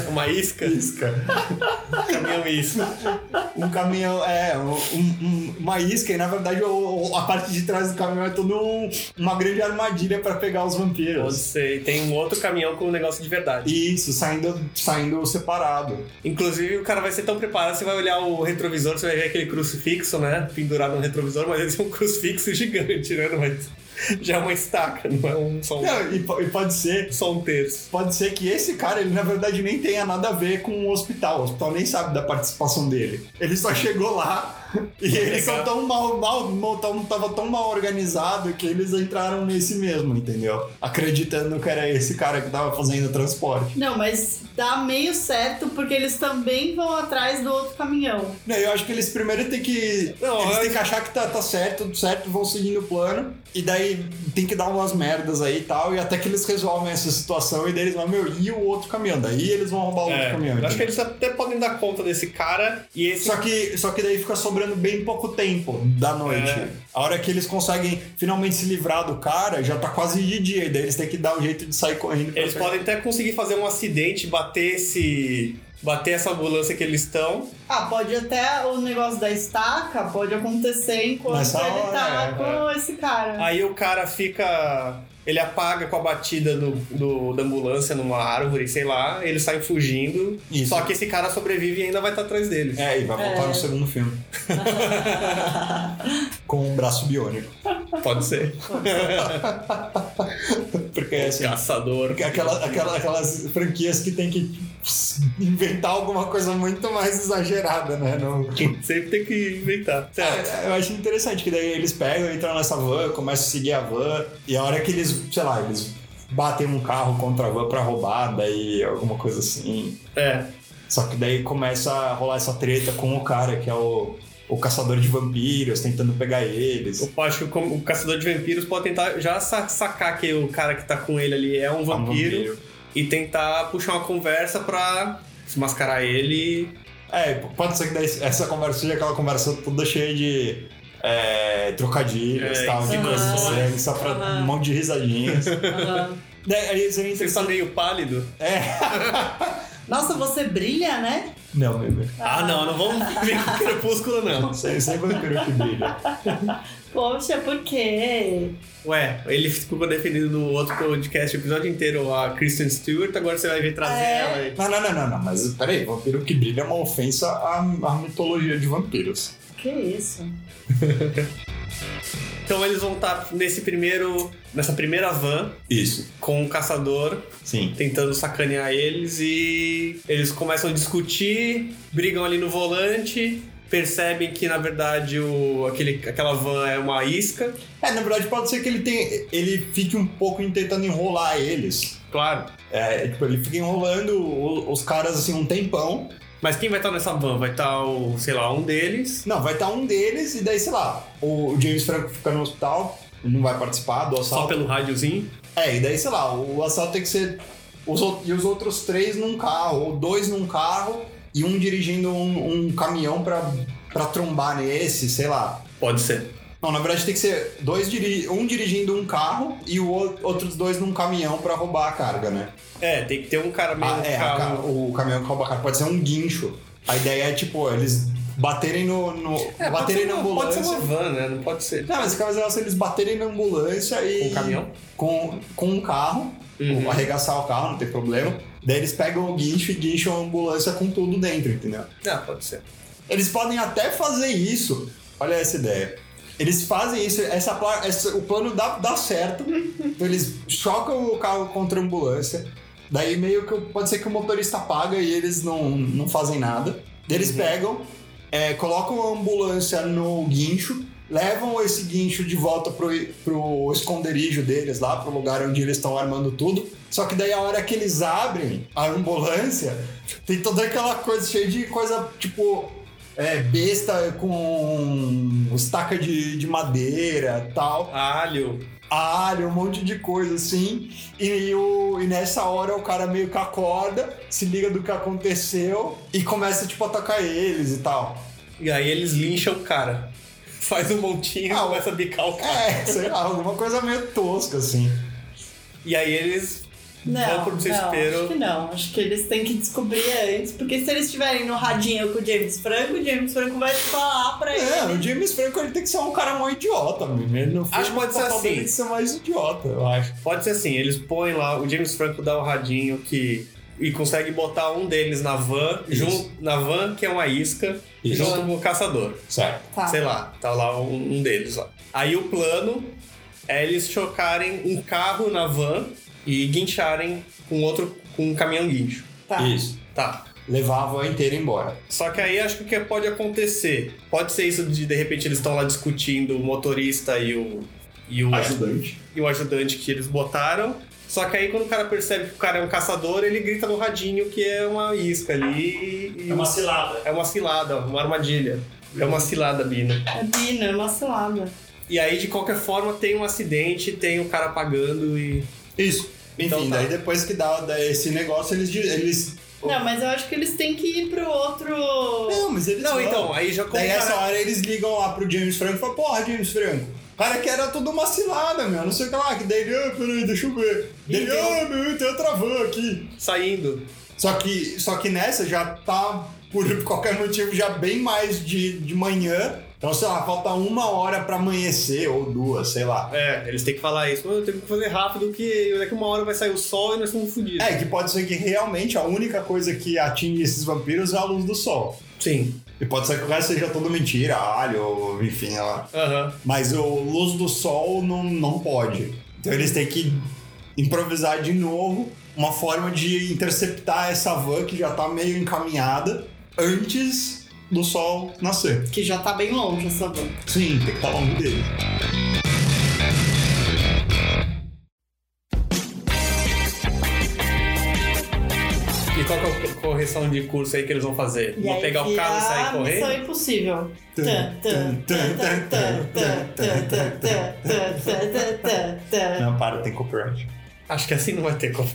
[SPEAKER 1] Uma isca?
[SPEAKER 3] isca.
[SPEAKER 1] Caminhão e isca.
[SPEAKER 3] Um caminhão, é, um- um- uma isca, e na verdade o- o- a parte de trás do caminhão é toda um- uma grande armadilha pra pegar os
[SPEAKER 1] Pode
[SPEAKER 3] vampiros.
[SPEAKER 1] ser. E tem um outro caminhão com um negócio de verdade.
[SPEAKER 3] Isso, saindo, saindo separado.
[SPEAKER 1] Inclusive, o cara vai ser tão preparado, você vai olhar o retrovisor, você vai ver aquele crucifixo, né? Pendurado no retrovisor, mas ele é um crucifixo gigante, né? Não é- já é uma estaca, não é um, só, um,
[SPEAKER 3] Não, e, po- e pode ser.
[SPEAKER 1] só um terço.
[SPEAKER 3] Pode ser que esse cara, ele na verdade nem tenha nada a ver com o hospital. O hospital nem sabe da participação dele. Ele só chegou lá
[SPEAKER 5] E
[SPEAKER 3] Eles são tão mal, mal, mal tão, tava tão mal organizado que eles entraram nesse mesmo, entendeu? Acreditando que era esse cara que tava fazendo transporte.
[SPEAKER 2] Não, mas dá meio certo, porque eles também vão atrás do outro caminhão.
[SPEAKER 3] Não, eu acho que eles primeiro tem que.
[SPEAKER 1] Não,
[SPEAKER 3] eles
[SPEAKER 1] eu-
[SPEAKER 3] têm que achar que tá, tá certo, tudo certo, vão seguindo o plano. E daí tem que dar umas merdas aí e tal. E até que eles resolvem essa situação e daí eles vão, meu, e o outro caminhão? Daí eles vão roubar o outro
[SPEAKER 1] É,
[SPEAKER 3] um caminhão.
[SPEAKER 1] eu acho que
[SPEAKER 3] entendeu?
[SPEAKER 1] eles até podem dar conta desse cara e esse
[SPEAKER 3] Só que, só que daí fica sobrando bem pouco tempo da noite.
[SPEAKER 1] É.
[SPEAKER 3] A hora que eles conseguem finalmente se livrar do cara, já tá quase de dia. E daí eles têm que dar um jeito de sair correndo. pra
[SPEAKER 1] Eles
[SPEAKER 3] pegar-
[SPEAKER 1] podem até conseguir fazer um acidente, bater esse. bater essa ambulância que eles estão.
[SPEAKER 2] Ah, pode até o negócio da estaca, pode acontecer enquanto
[SPEAKER 3] Nessa
[SPEAKER 2] ele
[SPEAKER 3] hora,
[SPEAKER 2] tá
[SPEAKER 3] é,
[SPEAKER 2] com esse cara.
[SPEAKER 1] Aí o cara fica. Ele apaga com a batida do, do- da ambulância numa árvore, sei lá, eles saem fugindo.
[SPEAKER 3] Isso.
[SPEAKER 1] Só que esse cara sobrevive e ainda vai estar atrás deles.
[SPEAKER 3] É, e vai voltar no segundo filme. Com um braço biônico.
[SPEAKER 1] Pode ser.
[SPEAKER 3] Porque
[SPEAKER 1] É.
[SPEAKER 3] assim,
[SPEAKER 1] Caçador.
[SPEAKER 3] Porque aquela- aquela- aquelas franquias que tem que inventar alguma coisa muito mais exagerada, né? Não-
[SPEAKER 1] Sempre tem que inventar. Certo.
[SPEAKER 3] É, Eu acho interessante que daí eles pegam, entram nessa van, começam a seguir a van, e a hora que eles, sei lá, eles batem um carro contra a van pra roubar, daí alguma coisa assim.
[SPEAKER 1] É.
[SPEAKER 3] Só que daí começa a rolar essa treta com o cara que é o, o caçador de vampiros, tentando pegar eles.
[SPEAKER 1] Eu acho que o com- o caçador de vampiros pode tentar já sa- sacar que o cara que tá com ele ali é um vampiro, e tentar puxar uma conversa pra desmascarar ele
[SPEAKER 3] É, pode ser que daí essa conversa seja aquela conversa toda cheia de é, trocadilhos,
[SPEAKER 1] É,
[SPEAKER 3] tal, de coisas
[SPEAKER 2] insinuações.
[SPEAKER 3] assim, só pra um monte de risadinhas. daí aí eles
[SPEAKER 1] Você
[SPEAKER 3] entram.
[SPEAKER 1] está meio pálido?
[SPEAKER 2] Nossa, você brilha, né?
[SPEAKER 3] assim, Não, meu bem.
[SPEAKER 1] Ah, não, não vamos ver com crepúsculo, não.
[SPEAKER 3] Sem, sem é vampiro que brilha.
[SPEAKER 2] Poxa, por quê?
[SPEAKER 1] Ué, ele ficou defendendo no outro podcast o episódio inteiro a Kristen Stewart, agora você vai vir trazer
[SPEAKER 2] É.
[SPEAKER 1] ela aí.
[SPEAKER 3] Não, não, não, não, não, mas peraí, vampiro que brilha é uma ofensa à, à mitologia de vampiros.
[SPEAKER 2] Que isso?
[SPEAKER 1] Então eles vão estar nesse primeiro. nessa primeira van
[SPEAKER 3] Isso,
[SPEAKER 1] com o caçador
[SPEAKER 3] sim.
[SPEAKER 1] tentando sacanear eles e eles começam a discutir, brigam ali no volante. Percebem que, na verdade, o, aquele, aquela van é uma isca.
[SPEAKER 3] É, na verdade pode ser que ele tem, ele fique um pouco tentando enrolar eles.
[SPEAKER 1] Claro.
[SPEAKER 3] É, tipo, ele fica enrolando o- os caras assim um tempão.
[SPEAKER 1] Mas quem vai estar nessa van? Vai estar, o, sei lá, um deles.
[SPEAKER 3] Não, vai estar um deles e daí, sei lá, o o James Franco fica no hospital, não vai participar do
[SPEAKER 1] Só
[SPEAKER 3] assalto.
[SPEAKER 1] pelo rádiozinho?
[SPEAKER 3] É, e daí, sei lá, o assalto tem que ser. Os, out- e os outros três num carro, ou dois num carro e um dirigindo um, um caminhão pra, pra trombar nesse, sei lá.
[SPEAKER 1] Pode ser.
[SPEAKER 3] Não, na verdade tem que ser dois diri um dirigindo um carro e o ou- outros dois num caminhão pra roubar a carga, né?
[SPEAKER 1] É, tem que ter um cara meio
[SPEAKER 3] Ah, é, a ca-
[SPEAKER 1] carro.
[SPEAKER 3] o caminhão que rouba a carga pode ser um guincho. A ideia é, tipo, eles baterem no. no
[SPEAKER 1] É, pode
[SPEAKER 3] baterem
[SPEAKER 1] ser
[SPEAKER 3] na
[SPEAKER 1] uma-
[SPEAKER 3] ambulância.
[SPEAKER 1] Pode ser uma van, né? Não pode ser.
[SPEAKER 3] Não, mas caso elas assim, eles baterem na ambulância e.
[SPEAKER 1] Um caminhão?
[SPEAKER 3] Com, com um carro,
[SPEAKER 1] Uhum.
[SPEAKER 3] ou arregaçar o carro, não tem problema. Daí eles pegam o guincho e guincham a ambulância com tudo dentro, entendeu?
[SPEAKER 1] Não, É, pode ser.
[SPEAKER 3] Eles podem até fazer isso. Olha essa ideia. Eles fazem isso, essa, pla- essa- o plano dá, dá certo. Então eles chocam o carro contra a ambulância. Daí meio que o- pode ser que o motorista paga e eles não, não fazem nada. Daí Eles pegam, é, colocam a ambulância no guincho, levam esse guincho de volta pro, pro esconderijo deles lá, pro lugar onde eles estão armando tudo. Só que daí a hora que eles abrem a ambulância, tem toda aquela coisa cheia de coisa tipo é, besta com estaca de, de madeira tal,
[SPEAKER 1] Alho.
[SPEAKER 3] alho, um monte de coisa assim. E, o, e nessa hora o cara meio que acorda, se liga do que aconteceu e começa tipo a atacar eles e tal.
[SPEAKER 1] E aí eles lincham o cara. Faz um montinho
[SPEAKER 3] Ah,
[SPEAKER 1] e começa a bicar o cara.
[SPEAKER 3] É, sei lá, alguma coisa meio tosca assim.
[SPEAKER 1] E aí eles
[SPEAKER 2] Não,
[SPEAKER 1] vão pro desespero.
[SPEAKER 2] não, acho que não. Acho que eles têm que descobrir antes, porque se eles estiverem no radinho com o James Franco, o James Franco vai falar pra
[SPEAKER 3] É,
[SPEAKER 2] ele.
[SPEAKER 3] o James Franco ele tem que ser um cara mó idiota, menino. Ele não
[SPEAKER 1] Acho que pode ser assim.
[SPEAKER 3] Tem que ser mais idiota, eu acho.
[SPEAKER 1] Pode ser assim, eles põem lá, o James Franco dá o radinho que. E consegue botar um deles na van,
[SPEAKER 3] Isso.
[SPEAKER 1] junto, na van, que é uma isca,
[SPEAKER 3] Isso.
[SPEAKER 1] junto com o caçador.
[SPEAKER 3] Certo.
[SPEAKER 2] Tá.
[SPEAKER 1] Sei lá, tá lá um, um deles lá. Aí o plano é eles chocarem um carro na van e guincharem com outro, com um caminhão guincho.
[SPEAKER 2] Tá.
[SPEAKER 3] Isso.
[SPEAKER 1] Tá.
[SPEAKER 3] levar a van inteira embora.
[SPEAKER 1] Só que aí acho que o que pode acontecer? Pode ser isso de de repente eles estão lá discutindo o motorista e o. E o,
[SPEAKER 3] Ajudante.
[SPEAKER 1] e o Um ajudante que eles botaram. Só que aí quando o cara percebe que o cara é um caçador, ele grita no radinho que é uma isca ali e.
[SPEAKER 6] É uma cilada.
[SPEAKER 1] é uma cilada, uma armadilha. É uma cilada, Bina.
[SPEAKER 2] É Bina, é uma cilada.
[SPEAKER 1] E aí, de qualquer forma, tem um acidente, tem o cara pagando e.
[SPEAKER 3] Isso. Enfim,
[SPEAKER 1] Então tá.
[SPEAKER 3] daí depois que dá, dá esse negócio, eles. di- eles
[SPEAKER 2] Não, mas eu acho que eles têm que ir pro outro.
[SPEAKER 3] não, mas eles.
[SPEAKER 1] Não,
[SPEAKER 3] vão.
[SPEAKER 1] então, aí já
[SPEAKER 3] Daí é
[SPEAKER 1] começa.
[SPEAKER 3] essa hora eles ligam lá pro James Franco e falam, porra, James Franco, cara que era tudo uma cilada, meu, não sei o que lá, que daí ele, ah, peraí, deixa eu ver. Daí ele, ah, meu, tem outra van aqui.
[SPEAKER 1] Saindo.
[SPEAKER 3] Só que, só que nessa já tá, por qualquer motivo, já bem mais de, de manhã. Então, sei lá, falta uma hora pra amanhecer, ou duas, sei lá.
[SPEAKER 1] É, eles têm que falar isso. Eu tenho que fazer rápido, que daqui uma hora vai sair o sol e nós estamos fodidos.
[SPEAKER 3] É, que pode ser que realmente a única coisa que atinge esses vampiros é a luz do sol.
[SPEAKER 1] Sim.
[SPEAKER 3] E pode ser que o resto seja tudo mentira, alho, ou enfim, lá.
[SPEAKER 1] Aham.
[SPEAKER 3] Mas o luz do sol não, não pode. Então eles têm que improvisar de novo uma forma de interceptar essa van que já tá meio encaminhada antes do sol nascer.
[SPEAKER 2] Que já tá bem longe essa van.
[SPEAKER 3] Sim, tem que um estar longe dele.
[SPEAKER 1] E qual que é a correção de curso aí que eles vão fazer?
[SPEAKER 2] E
[SPEAKER 1] vão
[SPEAKER 2] aí
[SPEAKER 1] pegar o
[SPEAKER 2] que
[SPEAKER 1] carro e
[SPEAKER 2] a
[SPEAKER 1] sair
[SPEAKER 2] Missão
[SPEAKER 1] correndo?
[SPEAKER 2] impossível.
[SPEAKER 3] Tum, tum, tum, tum, tum, tum, tum, Não, para, tem copyright.
[SPEAKER 1] Acho que assim não vai ter como.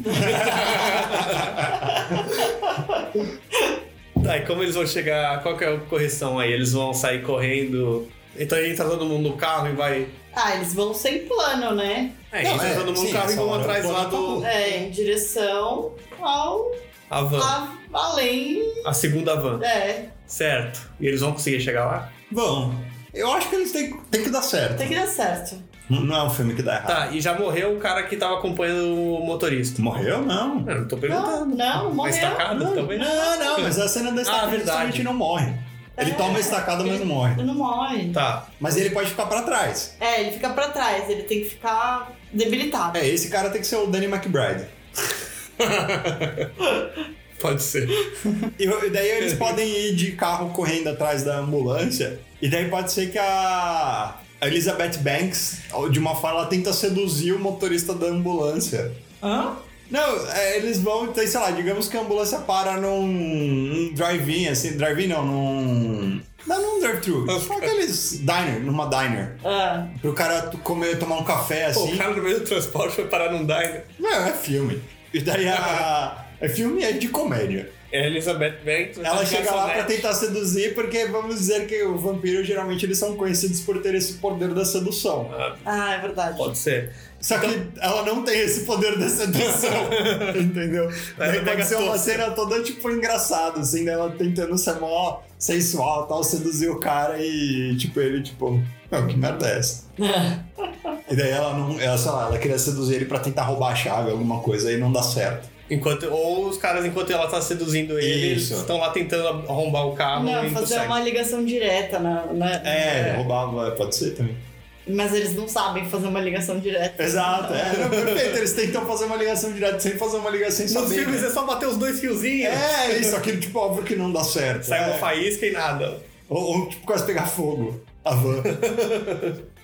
[SPEAKER 1] tá, e como eles vão chegar? Qual que é a correção aí? Eles vão sair correndo. Então entra todo mundo no carro e vai.
[SPEAKER 2] Ah, eles vão sem plano, né?
[SPEAKER 1] É,
[SPEAKER 3] Não,
[SPEAKER 1] entra
[SPEAKER 3] é,
[SPEAKER 1] todo mundo
[SPEAKER 3] sim,
[SPEAKER 1] no carro e
[SPEAKER 3] essa
[SPEAKER 1] vão
[SPEAKER 3] hora
[SPEAKER 1] atrás
[SPEAKER 3] o
[SPEAKER 1] lá
[SPEAKER 3] plano
[SPEAKER 1] do.
[SPEAKER 2] É, em direção ao.
[SPEAKER 1] A van.
[SPEAKER 2] a- além.
[SPEAKER 1] A segunda van.
[SPEAKER 2] É,
[SPEAKER 1] Certo. E eles vão conseguir chegar lá?
[SPEAKER 3] Bom, eu acho que eles têm, têm que dar certo.
[SPEAKER 2] tem que dar certo.
[SPEAKER 3] Não é um filme que dá errado.
[SPEAKER 1] Tá, e já morreu o cara que tava acompanhando o motorista.
[SPEAKER 3] Morreu? Não.
[SPEAKER 1] Eu não tô
[SPEAKER 2] Não,
[SPEAKER 1] perguntando.
[SPEAKER 2] não,
[SPEAKER 1] Uma
[SPEAKER 2] morreu.
[SPEAKER 1] tá estacada também?
[SPEAKER 3] Não, não, mas a cena da
[SPEAKER 1] Ah,
[SPEAKER 3] estacada
[SPEAKER 1] verdade.
[SPEAKER 3] justamente não morre. Ele
[SPEAKER 2] É.
[SPEAKER 3] toma a estacada, mas não morre.
[SPEAKER 2] Ele não morre.
[SPEAKER 1] Tá.
[SPEAKER 3] Mas ele pode ficar pra trás.
[SPEAKER 2] É, ele fica pra trás, ele tem que ficar debilitado.
[SPEAKER 3] É, esse cara tem que ser o Danny McBride.
[SPEAKER 1] Pode ser.
[SPEAKER 3] E, e daí eles podem ir de carro correndo atrás da ambulância. E daí pode ser que a a Elizabeth Banks, de uma forma, ela tenta seduzir o motorista da ambulância.
[SPEAKER 2] Hã?
[SPEAKER 3] Não, é, eles vão, então, sei lá, digamos que a ambulância para num num drive-in, assim, drive-in não, num. Não, num drive-thru.
[SPEAKER 1] Ah,
[SPEAKER 3] Só aqueles diner, numa diner.
[SPEAKER 2] Ah,
[SPEAKER 3] Pro cara t- comer, tomar um café
[SPEAKER 1] Pô,
[SPEAKER 3] assim.
[SPEAKER 1] o cara no meio do transporte foi parar num diner.
[SPEAKER 3] Não, é filme. E daí a. É filme é de comédia.
[SPEAKER 1] É a Elizabeth Banks.
[SPEAKER 3] Ela chega lá pra
[SPEAKER 1] garçonete.
[SPEAKER 3] tentar seduzir, porque vamos dizer que o vampiro geralmente eles são conhecidos por ter esse poder da sedução.
[SPEAKER 2] ah, é verdade.
[SPEAKER 1] Pode ser.
[SPEAKER 3] Só que
[SPEAKER 1] Então-
[SPEAKER 3] ela não tem esse poder da sedução, entendeu? Daí
[SPEAKER 1] pega
[SPEAKER 3] pode ser uma
[SPEAKER 1] tosca.
[SPEAKER 3] cena toda, tipo, engraçada, assim, dela tentando ser mó sensual tal, seduzir o cara e, tipo, ele, tipo, não, que merda é essa? e daí ela não, ela, sei lá, ela queria seduzir ele pra tentar roubar a chave, alguma coisa, e não dá certo.
[SPEAKER 1] Enquanto, ou os caras, enquanto ela tá seduzindo ele, eles
[SPEAKER 3] Isso.
[SPEAKER 1] estão lá tentando arrombar o carro e
[SPEAKER 2] Não,
[SPEAKER 1] não
[SPEAKER 2] fazer
[SPEAKER 1] consegue.
[SPEAKER 2] uma ligação direta na. na-
[SPEAKER 3] É, roubava, pode ser também.
[SPEAKER 2] Mas eles não sabem fazer uma ligação direta.
[SPEAKER 3] Exato, é, não, perfeito. Eles tentam fazer uma ligação direta sem fazer uma ligação sem
[SPEAKER 1] Nos
[SPEAKER 3] saber.
[SPEAKER 1] filmes
[SPEAKER 3] né?
[SPEAKER 1] é só bater os dois fiozinhos.
[SPEAKER 3] É, isso aqui, tipo, óbvio que não dá certo.
[SPEAKER 1] Sai
[SPEAKER 3] é.
[SPEAKER 1] uma faísca e nada.
[SPEAKER 3] ou, ou, tipo, quase pegar fogo. A van.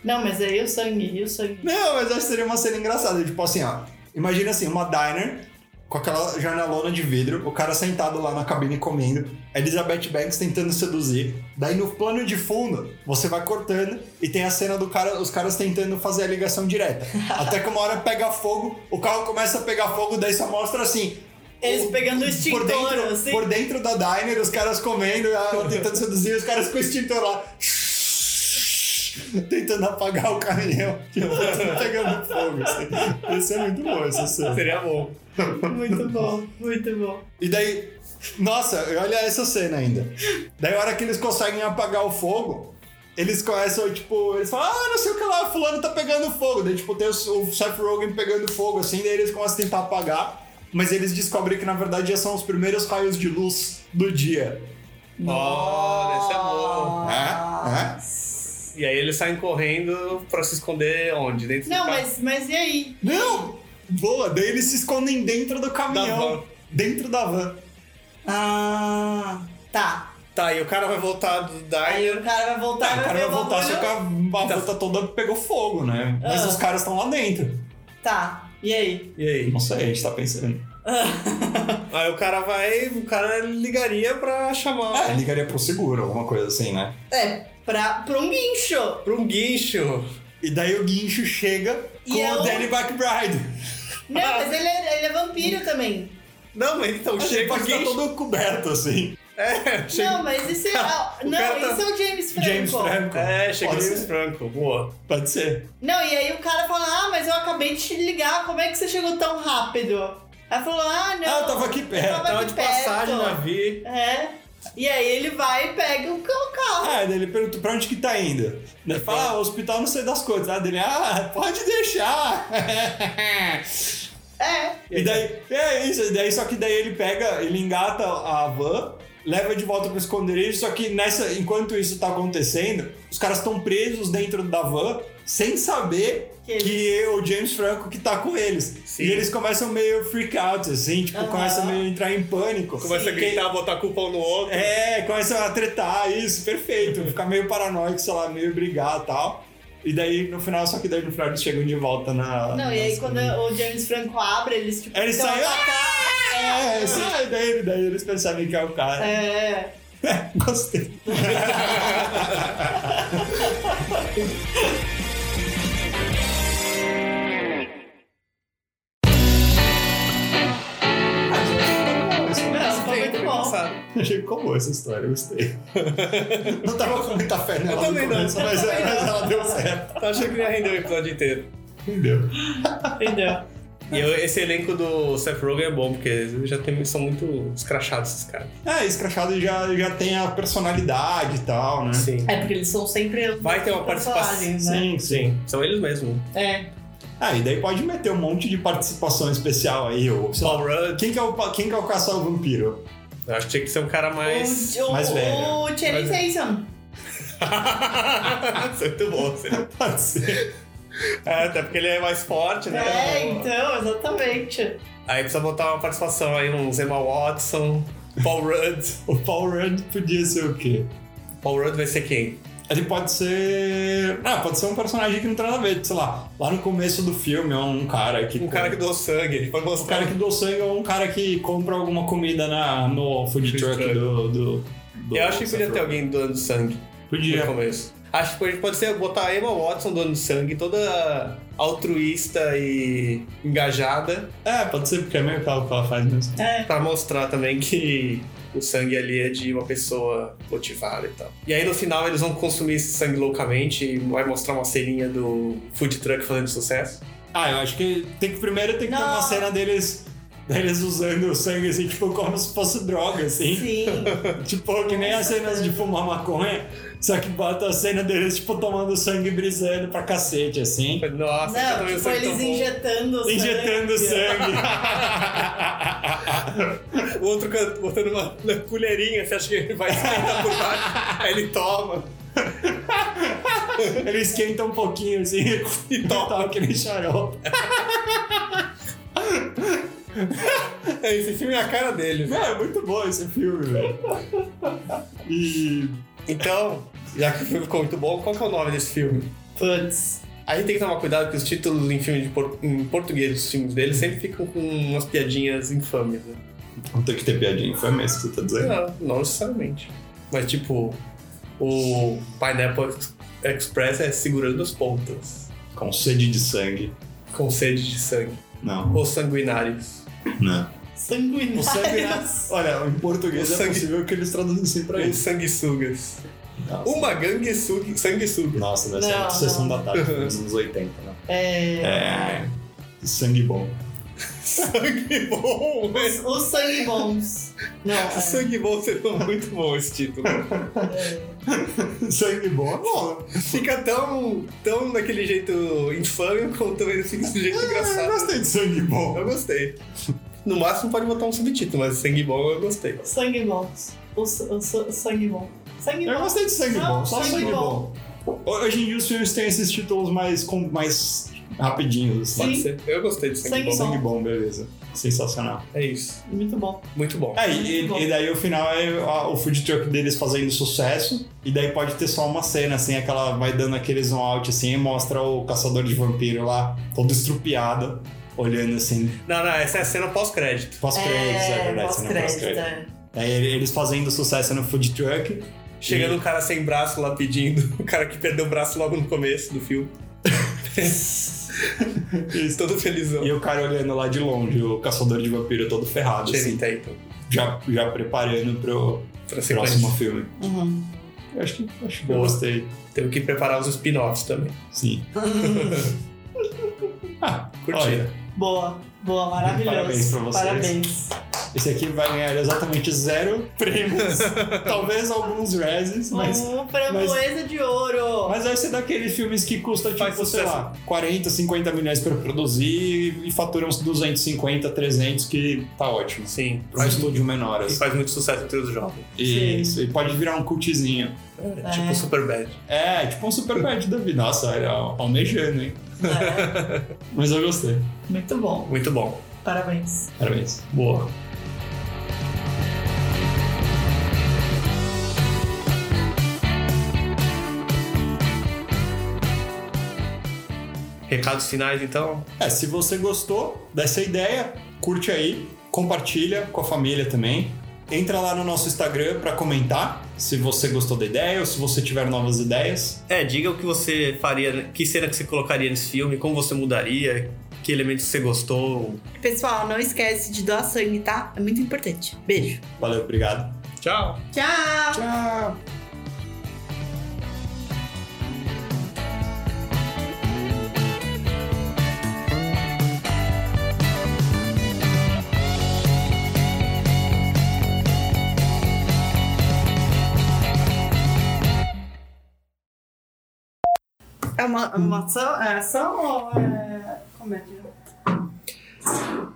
[SPEAKER 2] Não, mas é aí o sangue, e o sangue.
[SPEAKER 3] não, mas acho que seria uma cena engraçada. Tipo assim, ó. Imagina assim, uma diner com aquela janelona de vidro, o cara sentado lá na cabine comendo, a Elizabeth Banks tentando seduzir. Daí no plano de fundo, você vai cortando e tem a cena do cara, os caras tentando fazer a ligação direta. Até que uma hora pega fogo, o carro começa a pegar fogo, daí só mostra assim,
[SPEAKER 2] Eles pegando o
[SPEAKER 3] por
[SPEAKER 2] extintor,
[SPEAKER 3] dentro,
[SPEAKER 2] assim.
[SPEAKER 3] por dentro da diner, os caras comendo, ela tentando seduzir, os caras com o extintor lá. Tentando apagar o caminhão, que eu vou tudo pegando fogo. Assim. Isso é muito bom, essa cena.
[SPEAKER 1] Seria bom.
[SPEAKER 2] Muito bom, muito bom.
[SPEAKER 3] E daí, nossa, olha essa cena ainda. Daí, a hora que eles conseguem apagar o fogo, eles começam, tipo, eles falam, ah, não sei o que lá, fulano tá pegando fogo. Daí, tipo, tem o Seth Rogen pegando fogo, assim, daí eles começam a tentar apagar, mas eles descobrem que, na verdade, já são os primeiros raios de luz do dia.
[SPEAKER 1] Olha, esse é bom.
[SPEAKER 3] Ah,
[SPEAKER 1] E aí eles saem correndo pra se esconder onde? Dentro do
[SPEAKER 2] Não,
[SPEAKER 1] carro.
[SPEAKER 2] mas, mas e aí?
[SPEAKER 3] Não! Boa, daí eles se escondem dentro do
[SPEAKER 2] é
[SPEAKER 1] Da van.
[SPEAKER 3] caminhão, dentro da van.
[SPEAKER 2] Ah, tá.
[SPEAKER 1] Tá, e o cara vai voltar do
[SPEAKER 2] Aí o
[SPEAKER 1] diner.
[SPEAKER 2] cara vai voltar
[SPEAKER 3] Ah, o
[SPEAKER 2] vai
[SPEAKER 3] cara
[SPEAKER 2] ver né?
[SPEAKER 3] vai voltar se
[SPEAKER 2] bagulho.
[SPEAKER 3] a
[SPEAKER 1] Tá.
[SPEAKER 3] volta toda pegou fogo, né? Mas
[SPEAKER 2] Ah.
[SPEAKER 3] os caras estão lá dentro.
[SPEAKER 2] Tá, e aí? Ah,
[SPEAKER 1] E aí?
[SPEAKER 3] Não sei, a gente tá pensando.
[SPEAKER 1] Aí o cara vai. O cara ligaria pra chamar
[SPEAKER 3] É, ligaria pro seguro, alguma coisa assim, né?
[SPEAKER 2] É, pra, pra um guincho.
[SPEAKER 1] pra um guincho.
[SPEAKER 3] E daí o guincho chega
[SPEAKER 2] E
[SPEAKER 3] com
[SPEAKER 2] é
[SPEAKER 3] o
[SPEAKER 2] o-
[SPEAKER 3] Danny McBride.
[SPEAKER 2] Não, mas ele é, ele é vampiro também.
[SPEAKER 1] Não, mas então chega
[SPEAKER 3] Chega
[SPEAKER 1] o
[SPEAKER 3] aqui tá
[SPEAKER 1] guincho.
[SPEAKER 3] todo coberto, assim.
[SPEAKER 1] É, chega.
[SPEAKER 2] Não, mas esse é.
[SPEAKER 1] O
[SPEAKER 2] não,
[SPEAKER 1] cara tá-
[SPEAKER 2] esse é o James Franco.
[SPEAKER 3] James Franco.
[SPEAKER 1] É, chega o
[SPEAKER 3] Pode
[SPEAKER 1] James
[SPEAKER 3] ser.
[SPEAKER 1] Franco. Boa.
[SPEAKER 3] Pode ser.
[SPEAKER 2] Não, e aí o cara fala: Ah, mas eu acabei de te ligar, como é que você chegou tão rápido? Aí falou: Ah, não.
[SPEAKER 3] Ah, eu tava aqui
[SPEAKER 2] eu
[SPEAKER 3] perto.
[SPEAKER 2] tava
[SPEAKER 1] Tava
[SPEAKER 2] aqui
[SPEAKER 1] Tá de passagem
[SPEAKER 2] perto."
[SPEAKER 1] na vi.
[SPEAKER 2] É. E aí ele vai e pega o ca- o carro.
[SPEAKER 3] Ah, daí ele pergunta pra onde que tá indo. Daí fala, ah, hospital não sei das coisas. Ah, dele, ah, pode deixar.
[SPEAKER 2] É.
[SPEAKER 3] E daí, é isso, e daí só que daí ele pega, ele engata a van, leva de volta pro esconderijo, só que nessa, enquanto isso tá acontecendo, os caras estão presos dentro da van, sem saber
[SPEAKER 2] Que-
[SPEAKER 3] que, é o James Franco que tá com eles.
[SPEAKER 1] Sim.
[SPEAKER 3] E eles começam meio freak out, assim, tipo,
[SPEAKER 2] Aham.
[SPEAKER 3] começam meio a entrar em pânico.
[SPEAKER 1] Começa a
[SPEAKER 3] Porque-
[SPEAKER 1] gritar, botar a culpa um no outro.
[SPEAKER 3] é, começa a tretar, isso, perfeito. Ficar meio paranoico, sei lá, meio brigar e tal. E daí, no final, só que daí no final eles chegam de volta na.
[SPEAKER 2] Não,
[SPEAKER 3] na
[SPEAKER 2] e aí
[SPEAKER 3] escola.
[SPEAKER 2] quando o James Franco abre, eles tipo.
[SPEAKER 3] Aí Eles
[SPEAKER 1] Então,
[SPEAKER 2] dão
[SPEAKER 3] saem.
[SPEAKER 2] uma-
[SPEAKER 3] "Ah!" É, sai daí, daí eles percebem que é o cara.
[SPEAKER 2] É.
[SPEAKER 3] Gostei.
[SPEAKER 2] Não, foi Tá muito bom.
[SPEAKER 3] Achei que ficou boa essa história, gostei. Não tava com muita fé nela
[SPEAKER 1] Eu também
[SPEAKER 3] no
[SPEAKER 1] não.
[SPEAKER 3] começo, mas, é,
[SPEAKER 2] também
[SPEAKER 3] mas
[SPEAKER 2] não.
[SPEAKER 3] ela deu certo.
[SPEAKER 1] Eu achei Tá que ia render o episódio inteiro.
[SPEAKER 3] Entendeu?
[SPEAKER 2] Entendeu?
[SPEAKER 1] E eu- esse elenco do Seth Rogen é bom, porque eles já tem, são muito escrachados esses caras.
[SPEAKER 3] É, esse crachado já, já tem a personalidade e tal, né?
[SPEAKER 1] Sim.
[SPEAKER 2] É tipo porque eles são sempre. os
[SPEAKER 1] Vai ter uma participação.
[SPEAKER 2] personagens, né?
[SPEAKER 1] Sim, são eles mesmos.
[SPEAKER 2] É.
[SPEAKER 3] Ah, e daí pode meter um monte de participação especial aí, ou sei lá.
[SPEAKER 1] Paul Rudd,
[SPEAKER 3] Quem que é o, pa- quem que é o caçar o vampiro?
[SPEAKER 1] eu acho que tinha que ser um cara mais.
[SPEAKER 2] O, o,
[SPEAKER 3] mais velho.
[SPEAKER 2] o Channing Tatum.
[SPEAKER 1] Isso é muito bom. seria-
[SPEAKER 3] Pode ser.
[SPEAKER 1] É, até porque ele é mais forte, né?
[SPEAKER 2] É, então, exatamente.
[SPEAKER 1] Aí precisa botar uma participação aí, um Zema Watson, Paul Rudd.
[SPEAKER 3] O Paul Rudd podia ser o quê?
[SPEAKER 1] Paul Rudd vai ser quem?
[SPEAKER 3] Ele pode ser. Ah, pode ser um personagem que não tem nada a ver, sei lá. Lá no começo do filme é um cara que.
[SPEAKER 1] Um cara que doou sangue, ele vai
[SPEAKER 3] O
[SPEAKER 1] mostrar.
[SPEAKER 3] cara que doa sangue é um cara que compra alguma comida na, no food
[SPEAKER 1] Food
[SPEAKER 3] truck
[SPEAKER 1] truck.
[SPEAKER 3] do, do, do-
[SPEAKER 1] Eu acho que podia ter alguém doando sangue no
[SPEAKER 3] Podia.
[SPEAKER 1] começo. Acho que a gente pode ser botar a Emma Watson doando sangue, toda altruísta e engajada,
[SPEAKER 3] É, pode ser, porque é meio que ela que ela faz mesmo.
[SPEAKER 2] É.
[SPEAKER 1] pra mostrar também que o sangue ali é de uma pessoa motivada e tal. E aí no final eles vão consumir esse sangue loucamente e vai mostrar uma ceninha do food truck fazendo sucesso.
[SPEAKER 3] Ah, eu acho que tem que primeiro tem que ter uma
[SPEAKER 2] Não.
[SPEAKER 3] cena deles. Deles usando o sangue assim, tipo, como se fosse droga, assim.
[SPEAKER 2] Sim.
[SPEAKER 3] Tipo, que nem as cenas de fumar maconha, só que bota a cena deles, tipo, tomando sangue e brisando pra cacete, assim.
[SPEAKER 1] Nossa, eu
[SPEAKER 2] Não,
[SPEAKER 1] também
[SPEAKER 2] tipo,
[SPEAKER 1] sei que
[SPEAKER 2] eles
[SPEAKER 1] tá bom.
[SPEAKER 2] injetando sangue.
[SPEAKER 3] é Injetando sangue.
[SPEAKER 1] O outro can- botando uma, uma colherinha, você acha que ele vai esquentar por baixo, aí ele toma.
[SPEAKER 3] Ele esquenta um pouquinho assim e toca aquele xarope.
[SPEAKER 1] É, Esse filme é a cara dele.
[SPEAKER 3] Meu, é muito bom esse filme, velho. E.
[SPEAKER 1] Então, já que o filme ficou muito bom, qual que é o nome desse filme?
[SPEAKER 2] Putz.
[SPEAKER 1] A gente tem que tomar cuidado que os títulos em filme de por- em português dos filmes deles sempre ficam com umas piadinhas infames, né?
[SPEAKER 3] Não tem que ter piadinha, foi mesmo que você tá dizendo.
[SPEAKER 1] Não, não necessariamente. Mas tipo, o Pineapple Ex- Express é segurando as pontas.
[SPEAKER 3] Com sede de sangue.
[SPEAKER 1] Com sede de sangue.
[SPEAKER 3] Não,
[SPEAKER 1] Ou sanguinários.
[SPEAKER 3] não. O
[SPEAKER 2] Sanguinários.
[SPEAKER 3] sangue. Olha, em português
[SPEAKER 1] O
[SPEAKER 3] é
[SPEAKER 1] sangue-
[SPEAKER 3] possível que eles traduzem assim pra
[SPEAKER 1] Ou
[SPEAKER 3] isso.
[SPEAKER 1] sanguessugas.
[SPEAKER 3] Nossa.
[SPEAKER 1] Uma gangue sug- sanguessuga.
[SPEAKER 3] Nossa, deve ser
[SPEAKER 2] Não,
[SPEAKER 3] uma sessão
[SPEAKER 2] não.
[SPEAKER 3] da tarde dos anos 80, né?
[SPEAKER 2] É.
[SPEAKER 3] É. Sangue bom.
[SPEAKER 1] Sangue bom, velho.
[SPEAKER 2] Os, os sangue bons. Não, é.
[SPEAKER 1] Sangue bom seria muito bom esse título.
[SPEAKER 3] sangue bom é bom.
[SPEAKER 1] Fica tão, tão daquele jeito infame como também fica desse jeito
[SPEAKER 3] Eu
[SPEAKER 1] engraçado.
[SPEAKER 3] gostei de sangue bom.
[SPEAKER 1] Eu gostei. No máximo pode botar um subtítulo, mas sangue bom eu gostei.
[SPEAKER 2] Os é, sangue bons. Os, os, os sangue bom. Sangue
[SPEAKER 3] Eu
[SPEAKER 2] bom.
[SPEAKER 3] gostei de sangue
[SPEAKER 2] Não,
[SPEAKER 3] bom, só
[SPEAKER 2] sangue
[SPEAKER 3] sangue, bom. Hoje em dia os filmes têm esses títulos mais, com, mais rapidinhos. assim.
[SPEAKER 2] Sim.
[SPEAKER 1] Eu gostei de sangue
[SPEAKER 2] Sangue
[SPEAKER 1] bom.
[SPEAKER 3] Sangue bom, beleza. Sensacional.
[SPEAKER 4] É isso.
[SPEAKER 2] Muito bom.
[SPEAKER 4] Muito bom.
[SPEAKER 3] Aí, É, e, e daí o final é a- o food truck deles fazendo sucesso, e daí pode ter só uma cena, assim, aquela vai dando aquele zoom out assim e mostra o caçador de vampiro lá, todo estrupiado, olhando assim,
[SPEAKER 4] Não, não, essa é a cena pós-crédito.
[SPEAKER 3] pós-créditos, é, verdade, cena
[SPEAKER 2] pós-crédito.
[SPEAKER 3] pós-crédito.
[SPEAKER 2] é.
[SPEAKER 3] Daí eles fazendo sucesso no food truck,
[SPEAKER 4] Chegando um cara sem braço lá pedindo, o cara que perdeu o braço logo no começo do filme.
[SPEAKER 3] Isso.
[SPEAKER 4] Todo felizão.
[SPEAKER 3] E o cara olhando lá de longe, o caçador de vampiro todo ferrado,
[SPEAKER 4] Channing
[SPEAKER 3] assim,
[SPEAKER 4] Tatum.
[SPEAKER 3] já, já preparando pro
[SPEAKER 4] Pra ser
[SPEAKER 3] próximo filme.
[SPEAKER 2] Uhum.
[SPEAKER 3] Eu acho que acho que eu
[SPEAKER 4] Boa.
[SPEAKER 3] gostei.
[SPEAKER 4] Temos que preparar os spin-offs também.
[SPEAKER 3] Sim. ah,
[SPEAKER 4] Curti.
[SPEAKER 3] Olha,
[SPEAKER 2] Boa, boa, maravilhoso.
[SPEAKER 3] Parabéns pra vocês.
[SPEAKER 2] Parabéns.
[SPEAKER 3] esse aqui vai ganhar exatamente zero prêmios. Talvez alguns reses, mas.
[SPEAKER 2] um framboesa de ouro.
[SPEAKER 3] Mas vai ser daqueles filmes que custa,
[SPEAKER 4] Faz
[SPEAKER 3] tipo, sei
[SPEAKER 4] sucesso.
[SPEAKER 3] lá, 40, 50 milhões pra produzir e faturam uns 250, 300, que tá ótimo.
[SPEAKER 4] Sim.
[SPEAKER 3] Pra um
[SPEAKER 4] Faz,
[SPEAKER 3] estúdio menor,
[SPEAKER 4] e
[SPEAKER 3] assim.
[SPEAKER 4] faz muito sucesso entre os jovens.
[SPEAKER 3] E, isso, e pode virar um cultzinho.
[SPEAKER 4] É,
[SPEAKER 2] É.
[SPEAKER 4] Tipo super bad.
[SPEAKER 3] É, tipo um super bad da vida. Nossa, é almejando, hein?
[SPEAKER 2] É,
[SPEAKER 3] Mas eu gostei.
[SPEAKER 2] muito bom.
[SPEAKER 4] Muito bom.
[SPEAKER 2] Parabéns.
[SPEAKER 3] Parabéns.
[SPEAKER 4] Boa. Recados finais, então?
[SPEAKER 3] É, se você gostou dessa ideia, curte aí, compartilha com a família também. Entra lá no nosso Instagram pra comentar se você gostou da ideia ou se você tiver novas ideias.
[SPEAKER 1] É, diga o que você faria, que cena que você colocaria nesse filme, como você mudaria, que elementos você gostou.
[SPEAKER 2] Pessoal, não esquece de doar sangue, tá? É muito importante. Beijo.
[SPEAKER 3] Valeu, obrigado.
[SPEAKER 4] Tchau!
[SPEAKER 2] Tchau.
[SPEAKER 3] Tchau!
[SPEAKER 2] É uma, é uma ação, é ação ou é comédia?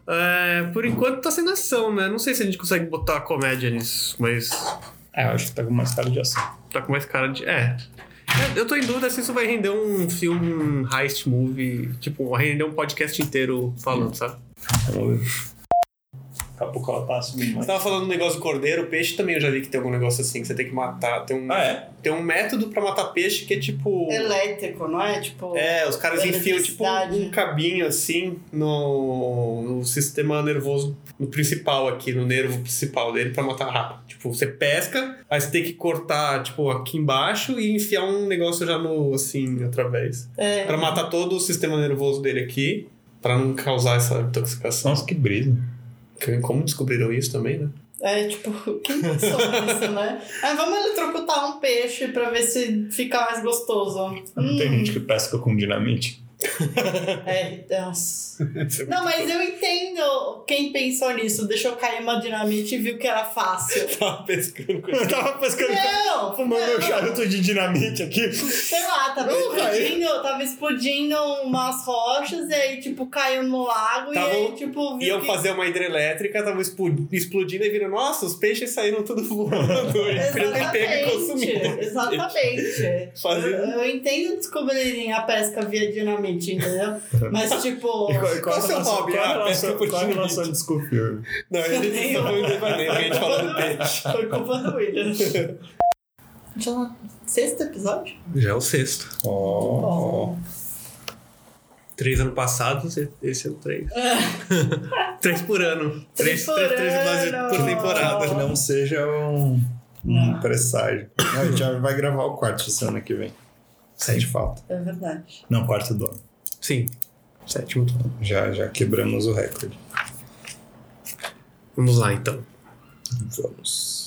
[SPEAKER 1] É, por enquanto tá sendo ação, né? Não sei se a gente consegue botar comédia nisso, mas
[SPEAKER 3] É, eu acho que tá com mais cara de ação.
[SPEAKER 1] tá com mais cara de. É. É, Eu tô em dúvida se isso vai render um filme, um heist movie, tipo, vai render um podcast inteiro falando, sabe?
[SPEAKER 3] Vamos ver. Daqui a pouco ela tá subindo
[SPEAKER 4] Você
[SPEAKER 3] mais.
[SPEAKER 4] tava falando do negócio do cordeiro, peixe também eu já vi que tem algum negócio assim, que você tem que matar. Tem um,
[SPEAKER 3] Ah, é?
[SPEAKER 4] tem um método pra matar peixe que é tipo.
[SPEAKER 2] Elétrico, não é? Tipo.
[SPEAKER 4] É, os caras enfiam tipo
[SPEAKER 2] Eletricidade.
[SPEAKER 4] um cabinho assim no, no sistema nervoso no principal aqui, no nervo principal dele pra matar rápido. Tipo, você pesca, aí você tem que cortar, tipo, aqui embaixo e enfiar um negócio já no, assim, através.
[SPEAKER 2] É.
[SPEAKER 4] Pra matar todo o sistema nervoso dele aqui, pra não causar essa intoxicação.
[SPEAKER 3] Nossa, que brisa.
[SPEAKER 4] Como descobriram isso também, né?
[SPEAKER 2] É, tipo, quem pensou nisso, né? Ah, vamos eletrocutar um peixe pra ver se fica mais gostoso.
[SPEAKER 4] Hum.
[SPEAKER 2] Hum,
[SPEAKER 3] Não tem gente que pesca com dinamite.
[SPEAKER 2] É, nossa. Não, mas eu entendo quem pensou nisso. Deixou cair uma dinamite e viu que era fácil.
[SPEAKER 4] Tava pescando com
[SPEAKER 3] Eu tava pescando,
[SPEAKER 4] É.
[SPEAKER 2] Não!
[SPEAKER 3] fumando
[SPEAKER 2] não,
[SPEAKER 3] meu charuto de dinamite aqui.
[SPEAKER 2] Sei lá, tava
[SPEAKER 3] Não, cara.
[SPEAKER 2] explodindo, tava explodindo umas rochas e aí, tipo, caiu no lago
[SPEAKER 4] Tava-
[SPEAKER 2] e aí, tipo, viu
[SPEAKER 4] Iam
[SPEAKER 2] que...
[SPEAKER 4] fazer uma hidrelétrica, tava expo- explodindo e viram, nossa, os peixes saíram tudo voando. E ele pega e consumiu.
[SPEAKER 2] Exatamente, exatamente. Eu,
[SPEAKER 4] Fazendo
[SPEAKER 2] eu entendo descobrirem a pesca via dinamite, entendeu? Mas, tipo...
[SPEAKER 4] qual é o seu hobby?
[SPEAKER 3] Qual
[SPEAKER 4] Ah,
[SPEAKER 3] a relação,
[SPEAKER 4] pesca por
[SPEAKER 3] qual é a
[SPEAKER 4] dinamite.
[SPEAKER 3] relação disso com o filme?
[SPEAKER 4] Não, a gente não foi um devaneio, a gente falou do peixe.
[SPEAKER 2] Foi culpa do William. Já no sexto episódio?
[SPEAKER 1] Já é o sexto.
[SPEAKER 3] Oh.
[SPEAKER 1] Três ano passado, esse é o três. três por ano. Três,
[SPEAKER 2] Três por
[SPEAKER 1] três, três episódios por
[SPEAKER 2] ano.
[SPEAKER 1] temporada.
[SPEAKER 3] Que não seja um, um
[SPEAKER 2] Não.
[SPEAKER 3] presságio. Não, a gente já vai gravar o quarto semana que vem. Sente falta.
[SPEAKER 2] É verdade.
[SPEAKER 3] Não, quarto do ano.
[SPEAKER 1] Sim. Sétimo.
[SPEAKER 3] Já, já quebramos o recorde.
[SPEAKER 1] Vamos lá então.
[SPEAKER 3] Vamos.